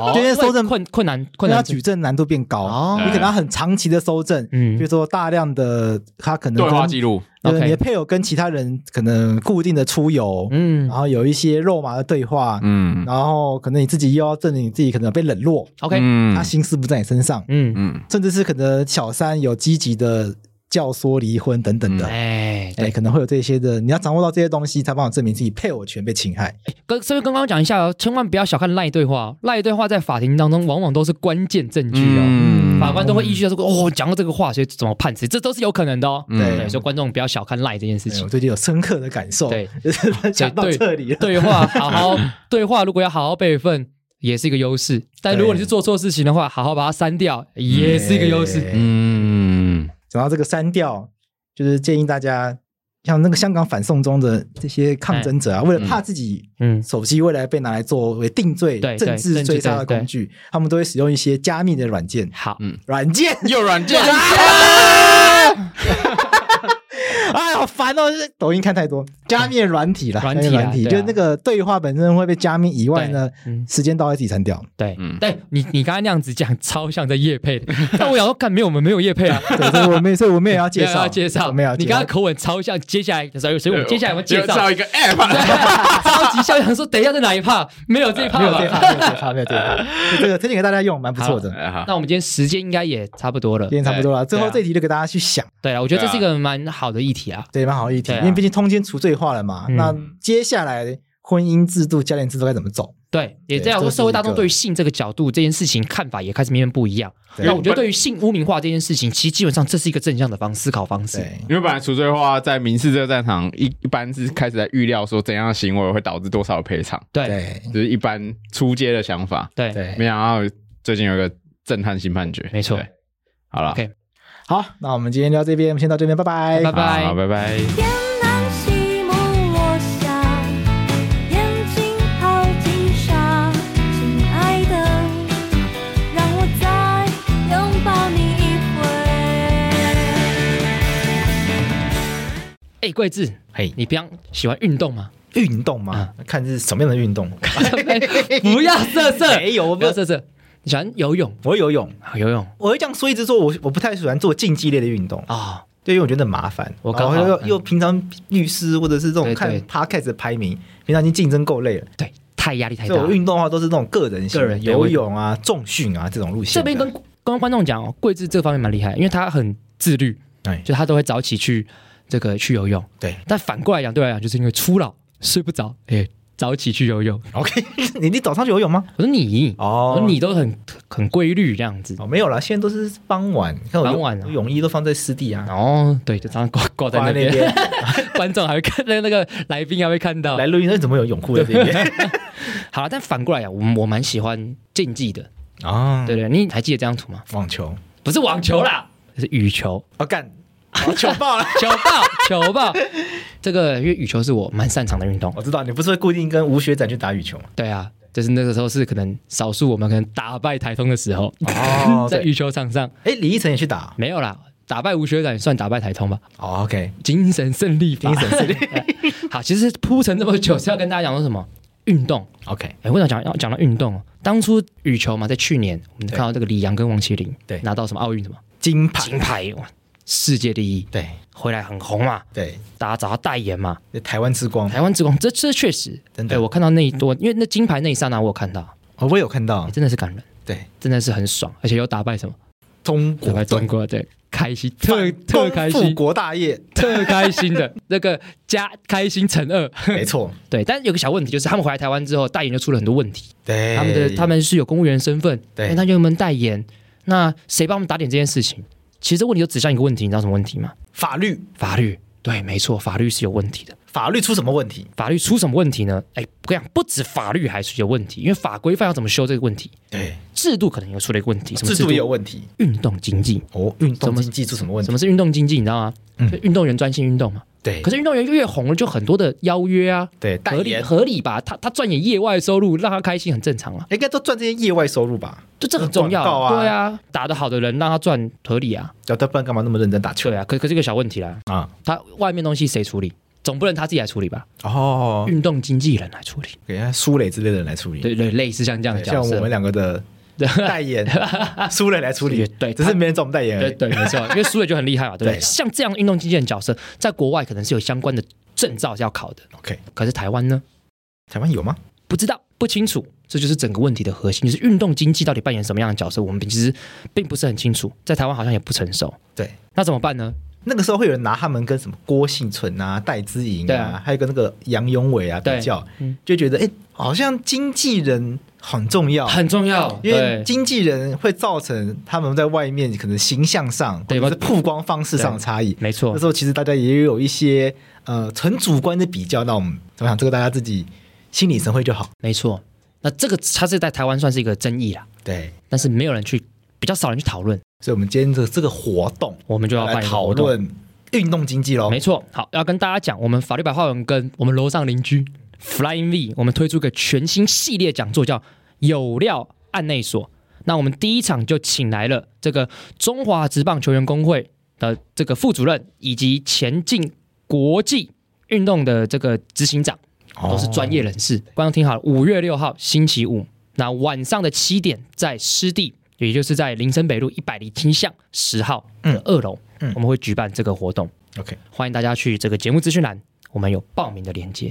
[SPEAKER 1] 哦
[SPEAKER 2] 因为收证
[SPEAKER 1] 困困难
[SPEAKER 2] 因
[SPEAKER 1] 困
[SPEAKER 2] 为它
[SPEAKER 1] 难
[SPEAKER 2] 举证难度变高，
[SPEAKER 1] 哦
[SPEAKER 2] 你可能要很长期的搜证，
[SPEAKER 1] 嗯
[SPEAKER 2] 比如说大量的他可能
[SPEAKER 3] 对话记
[SPEAKER 2] 跟
[SPEAKER 3] 录，
[SPEAKER 2] 呃
[SPEAKER 1] OK
[SPEAKER 2] 你的配偶跟其他人可能固定的出游，
[SPEAKER 1] 嗯
[SPEAKER 2] 然后有一些肉麻的对话，
[SPEAKER 3] 嗯
[SPEAKER 2] 然后可能你自己又要证明你自己可能有被冷落，
[SPEAKER 1] ，OK，
[SPEAKER 3] 嗯
[SPEAKER 2] 他心思不在你身上，
[SPEAKER 1] 嗯，
[SPEAKER 3] 嗯，
[SPEAKER 2] 甚至是可能小三有积极的教唆离婚等等的，
[SPEAKER 1] 哎，哎，
[SPEAKER 2] 哎，
[SPEAKER 1] 对，
[SPEAKER 2] 可能会有这些的，你要掌握到这些东西，才帮我证明自己配偶权被侵害。
[SPEAKER 1] 跟顺便跟刚刚讲一下哦，千万不要小看赖对话哦，赖对话在法庭当中往往都是关键证据哦。
[SPEAKER 3] 嗯
[SPEAKER 1] 法官都会依据他说哦，讲过这个话，所以怎么判词，这都是有可能的哦。
[SPEAKER 3] 嗯
[SPEAKER 1] 对，所以观众不要小看赖这件事
[SPEAKER 2] 哎
[SPEAKER 1] 情
[SPEAKER 2] 我。最近有深刻的感受，
[SPEAKER 1] 对，哦
[SPEAKER 2] 就是讲到
[SPEAKER 1] 对
[SPEAKER 2] 这里了，
[SPEAKER 1] 对话好好对话，如果要好好备份，也是一个优势。但如果你是做错事情的话，好好把它删掉，也是一个优势。
[SPEAKER 2] 哎
[SPEAKER 3] 嗯，
[SPEAKER 2] 讲到这个删掉，就是建议大家，像那个香港反送中的这些
[SPEAKER 1] 哎
[SPEAKER 2] 抗争者啊，为了怕自己
[SPEAKER 1] 嗯，
[SPEAKER 2] 手机未来被拿来作为定罪、
[SPEAKER 1] 对对
[SPEAKER 2] 政治追杀的工具，他们都会使用一些加密的软件。
[SPEAKER 1] 好，
[SPEAKER 2] 软件，
[SPEAKER 3] 又软件，
[SPEAKER 2] 哎，好烦哦！就是抖音看太多，加密的软体啦，
[SPEAKER 1] 软体啊
[SPEAKER 2] 加密软体，
[SPEAKER 1] 对啊
[SPEAKER 2] 就是那个对话本身会被加密以外呢
[SPEAKER 1] 对嗯，
[SPEAKER 2] 时间到会自己删掉。
[SPEAKER 1] 对
[SPEAKER 3] 嗯，
[SPEAKER 1] 但你你刚才那样子讲，超像在夜配的。但我想说，干没有，我们没有夜配啊。
[SPEAKER 2] 对，所以我们，所以我们也要介
[SPEAKER 1] 没有
[SPEAKER 2] 绍
[SPEAKER 1] 要介绍，
[SPEAKER 2] 我们也要介
[SPEAKER 1] 你
[SPEAKER 2] 绍
[SPEAKER 1] 刚刚口吻超像，接下来所以所以我们接下来我们介绍
[SPEAKER 3] 一个 app，
[SPEAKER 1] 超级像，想说等一下在哪一趴？没有这一趴
[SPEAKER 2] 没有这一
[SPEAKER 1] 吧？
[SPEAKER 2] 趴，没有这一趴，没有这一 趴，这个推荐给大家用，蛮不错的。
[SPEAKER 3] 哎好
[SPEAKER 1] 那我们今天时间应该也差不多了
[SPEAKER 2] 今。天差不多了，最后
[SPEAKER 1] 对啊
[SPEAKER 2] 这一题就给大家去想，
[SPEAKER 1] 对了，我觉得
[SPEAKER 3] 对
[SPEAKER 1] 这
[SPEAKER 3] 啊
[SPEAKER 1] 是一个蛮好的议题啊。
[SPEAKER 2] 对，蛮好的一题，
[SPEAKER 1] 对啊
[SPEAKER 2] 因为毕竟通奸除罪化了嘛。
[SPEAKER 1] 嗯
[SPEAKER 2] 那接下来婚姻制度、家庭制度该怎么走？
[SPEAKER 1] 对，也
[SPEAKER 2] 对
[SPEAKER 1] 在
[SPEAKER 2] 这
[SPEAKER 1] 说
[SPEAKER 2] 是
[SPEAKER 1] 社会大
[SPEAKER 2] 一个
[SPEAKER 1] 众对于性这个角度这件事情看法也开始慢慢不一样。
[SPEAKER 2] 对
[SPEAKER 1] 那我觉得对于性污名化这件事情，其实基本上这是一个正向的方思考方式。
[SPEAKER 2] 对，
[SPEAKER 3] 因为本来除罪化在民事这个战场一一般是开始在预料说怎样的行为会导致多少的赔偿，
[SPEAKER 1] 对
[SPEAKER 2] 对，
[SPEAKER 3] 就是一般出街的想法。
[SPEAKER 1] 对
[SPEAKER 2] 对
[SPEAKER 3] 没想到最近有一个震撼性判决，
[SPEAKER 1] 没错
[SPEAKER 3] 对。好了
[SPEAKER 1] OK，
[SPEAKER 2] 好，那我们今天就到这边，我们先到这边，拜拜，
[SPEAKER 1] 拜拜
[SPEAKER 3] 好拜拜。
[SPEAKER 5] 天南西木落下，眼睛好紧沙，亲爱的，让我再拥抱你一回。
[SPEAKER 1] 哎，桂智，
[SPEAKER 2] 嘿，
[SPEAKER 1] 你平常喜欢运动吗？
[SPEAKER 2] 运动嘛，
[SPEAKER 1] 嗯
[SPEAKER 2] 看是什么样 的运动。
[SPEAKER 1] 不要色色，
[SPEAKER 2] 没 有我不
[SPEAKER 1] 不要色色。你喜欢游泳？
[SPEAKER 2] 我会游泳，
[SPEAKER 1] 啊，游泳
[SPEAKER 2] 我会这样说，一直说我我不太喜欢做竞技类的运动，
[SPEAKER 1] 啊，
[SPEAKER 2] 对，因为我觉得很麻烦。
[SPEAKER 1] 我
[SPEAKER 2] 然
[SPEAKER 1] 刚
[SPEAKER 2] 后
[SPEAKER 1] 好
[SPEAKER 2] 又
[SPEAKER 1] 嗯
[SPEAKER 2] 又平常律师或者是这种
[SPEAKER 1] 对
[SPEAKER 2] 看
[SPEAKER 1] 对
[SPEAKER 2] podcast 的排名，平常已经竞争够累了，
[SPEAKER 1] 哎对，太压力太大
[SPEAKER 2] 所以我
[SPEAKER 1] 了。
[SPEAKER 2] 运动的话都是那种个人型的，
[SPEAKER 1] 个人对
[SPEAKER 2] 游泳啊、重训啊这种路线的。
[SPEAKER 1] 这边跟跟观众讲哦，桂智这方面蛮厉害，因为他很自律，
[SPEAKER 2] 哎
[SPEAKER 1] 就他都会早起去这个去游泳。
[SPEAKER 2] 对
[SPEAKER 1] 但反过来讲，对我来讲，啊就是因为初老睡不着，哎，早起去游泳。
[SPEAKER 2] OK，你你早上就游泳吗？
[SPEAKER 1] 我说你
[SPEAKER 2] 哦
[SPEAKER 1] 我说你都很很规律这样子。
[SPEAKER 2] 哦，没有啦，现在都是傍晚，你看我
[SPEAKER 1] 傍
[SPEAKER 2] 游
[SPEAKER 1] 晚啊
[SPEAKER 2] 泳衣都放在湿地啊，
[SPEAKER 1] 哦，对，就常常挂挂在那
[SPEAKER 2] 挂在那
[SPEAKER 1] 边，
[SPEAKER 2] 边
[SPEAKER 1] 观众还会看那那个来宾还会看到
[SPEAKER 2] 来。录音，那你怎么有泳裤在这边？
[SPEAKER 1] 好了，但反过来啊讲，我我蛮喜欢竞技的，
[SPEAKER 2] 啊，
[SPEAKER 1] 对对，你还记得这张图吗？
[SPEAKER 2] 网球，
[SPEAKER 1] 不是网球啦，是羽球，
[SPEAKER 2] 哦干，哦球爆了。
[SPEAKER 1] 球爆， 球爆。这个因为羽球是我蛮擅长的运动，
[SPEAKER 2] 我知道你不是会固定跟吴学展去打羽球吗？
[SPEAKER 1] 对啊，就是那个时候是可能少数我们可能打败台通的时候，
[SPEAKER 2] 哦
[SPEAKER 1] 在
[SPEAKER 2] 对，
[SPEAKER 1] 羽球场上
[SPEAKER 2] 哎，李依晨也去打
[SPEAKER 1] 没有啦，打败吴学长也算打败台通吧，
[SPEAKER 2] 哦，OK，
[SPEAKER 1] 精神胜利法。
[SPEAKER 2] 精 神胜利
[SPEAKER 1] 好，其实铺陈这么久是要跟大家讲说什么？运动，
[SPEAKER 2] OK，
[SPEAKER 1] 哎，为什么讲要讲到运动哦？当初羽球嘛，在去年我们看到这个李阳跟王麒麟
[SPEAKER 2] 对
[SPEAKER 1] 拿到什么奥运什么
[SPEAKER 2] 金牌，
[SPEAKER 1] 金牌，哇世界第一，
[SPEAKER 2] 对
[SPEAKER 1] 回来很红嘛，
[SPEAKER 2] 对，
[SPEAKER 1] 大家找他代言嘛，
[SPEAKER 2] 台湾之光，
[SPEAKER 1] 台湾之光，这这确实，
[SPEAKER 2] 真的
[SPEAKER 1] 对我看到那一多，因为那金牌那一刹那我有看到，
[SPEAKER 2] 哦，我有看到
[SPEAKER 1] 哎，真的是感人，
[SPEAKER 2] 对，
[SPEAKER 1] 真的是很爽，而且又打败什么？
[SPEAKER 2] 中
[SPEAKER 1] 打败
[SPEAKER 2] 国
[SPEAKER 1] 中
[SPEAKER 2] 队
[SPEAKER 1] 国，对，开心，特
[SPEAKER 2] 反
[SPEAKER 1] 特
[SPEAKER 2] 攻
[SPEAKER 1] 开
[SPEAKER 2] 复
[SPEAKER 1] 心，
[SPEAKER 2] 国大业，
[SPEAKER 1] 特开心的那个加开心乘二，
[SPEAKER 2] 没错，
[SPEAKER 1] 对。但有个小问题就是，他们回来台湾之后，代言就出了很多问题。
[SPEAKER 2] 对，
[SPEAKER 1] 他们的他们是有公务员身份，
[SPEAKER 2] 哎对
[SPEAKER 1] 但他就们代言，那谁帮我们打点这件事情？其实这问题就指向一个问题，你知道什么问题吗？
[SPEAKER 2] 法律
[SPEAKER 1] 法律，对，没错，法律是有问题的。
[SPEAKER 2] 法律出什么问题？
[SPEAKER 1] 法律出什么问题呢？哎，我跟你讲，不止法律还是有问题，因为法规范要怎么修这个问题，
[SPEAKER 2] 对，
[SPEAKER 1] 制度可能又出了一个问题。什么
[SPEAKER 2] 制
[SPEAKER 1] 度
[SPEAKER 2] 度也有问题
[SPEAKER 1] 运动经济？
[SPEAKER 2] 哦，运
[SPEAKER 1] 什
[SPEAKER 2] 动
[SPEAKER 1] 么
[SPEAKER 2] 经济出什么问
[SPEAKER 1] 什
[SPEAKER 2] 题？
[SPEAKER 1] 么是运动经济？你知道吗？
[SPEAKER 2] 嗯
[SPEAKER 1] 就运动员专心运动嘛。
[SPEAKER 2] 对，
[SPEAKER 1] 可是运动员越红了，就很多的邀约啊，
[SPEAKER 2] 对，代
[SPEAKER 1] 合理
[SPEAKER 2] 言
[SPEAKER 1] 合理吧？他他赚点业外收入，让他开心很正常啊，
[SPEAKER 2] 应该都赚这些业外收入吧？
[SPEAKER 1] 就这很重要。
[SPEAKER 2] 广告啊
[SPEAKER 1] 对啊，打得好的人让他赚合理啊，
[SPEAKER 2] 要不然干嘛那么认真打球
[SPEAKER 1] 对啊。可可是一个小问题啦，
[SPEAKER 2] 啊？
[SPEAKER 1] 他外面东西谁处理？总不能他自己来处理吧？
[SPEAKER 2] 哦，
[SPEAKER 1] 运动经纪人来处理，
[SPEAKER 2] 给人家苏磊之类的人来处理，
[SPEAKER 1] 对对，类似像这样的
[SPEAKER 2] 嗯对，
[SPEAKER 1] 角
[SPEAKER 2] 像
[SPEAKER 1] 色，
[SPEAKER 2] 我们两 个的代言，苏磊来处理，
[SPEAKER 1] 对
[SPEAKER 2] 只是没人找我们代言而
[SPEAKER 1] 对
[SPEAKER 2] 已。
[SPEAKER 1] 对，没错，因为输了就很厉害嘛，对不对？
[SPEAKER 2] 对
[SPEAKER 1] 像这样运动经纪人角色，在国外可能是有相关的证照是要考的，
[SPEAKER 2] OK，
[SPEAKER 1] 可是台湾呢，
[SPEAKER 2] 台湾有吗？
[SPEAKER 1] 不知道不清楚，这就是整个问题的核心，就是运动经济到底扮演什么样的角色，我们其实并不是很清楚，在台湾好像也不成熟，
[SPEAKER 2] 对，
[SPEAKER 1] 那怎么办呢？
[SPEAKER 2] 那个时候会有人拿他们跟什么郭幸存啊、戴资颖
[SPEAKER 1] 对
[SPEAKER 2] 啊
[SPEAKER 1] 啊，
[SPEAKER 2] 还有跟那个杨永伟啊比
[SPEAKER 1] 对
[SPEAKER 2] 较
[SPEAKER 1] 嗯，
[SPEAKER 2] 就觉得哎、诶好像经纪人很重要，
[SPEAKER 1] 很重要，
[SPEAKER 2] 因为
[SPEAKER 1] 对
[SPEAKER 2] 经纪人会造成他们在外面可能形象上或
[SPEAKER 1] 对
[SPEAKER 2] 者是
[SPEAKER 1] 吧
[SPEAKER 2] 曝光方式上的
[SPEAKER 1] 对
[SPEAKER 2] 差异。
[SPEAKER 1] 没错
[SPEAKER 2] 那时，候其实大家也有一些呃很主观的比较，那我们我想这个大家自己心领神会就好。
[SPEAKER 1] 没错。那这个它是在台湾算是一个争议啦，
[SPEAKER 2] 对，
[SPEAKER 1] 但是没有人去，比较少人去讨论，
[SPEAKER 2] 所以我们今天的这个活动
[SPEAKER 1] 我们就要
[SPEAKER 2] 来
[SPEAKER 1] 办一个
[SPEAKER 2] 讨
[SPEAKER 1] 活动。
[SPEAKER 2] 论运动经济喽
[SPEAKER 1] 没。错，好，要跟大家讲，我们法律白话文跟我们楼上邻居 Flying V，我们推出一个全新系列讲座，叫“有料案内所”。那我们第一场就请来了这个中华职棒球员工会的这个副主任，以及前进国际运动的这个执行长，都
[SPEAKER 2] 哦
[SPEAKER 1] 是专业人士。观众听好了，五月六号星期五，那晚上的七点在湿地，也就是在林森北路一百零七巷十号的二楼，
[SPEAKER 2] 嗯嗯
[SPEAKER 1] 我们会举办这个活动。
[SPEAKER 2] OK，
[SPEAKER 1] 欢迎大家去这个节目资讯栏，我们有报名的链接。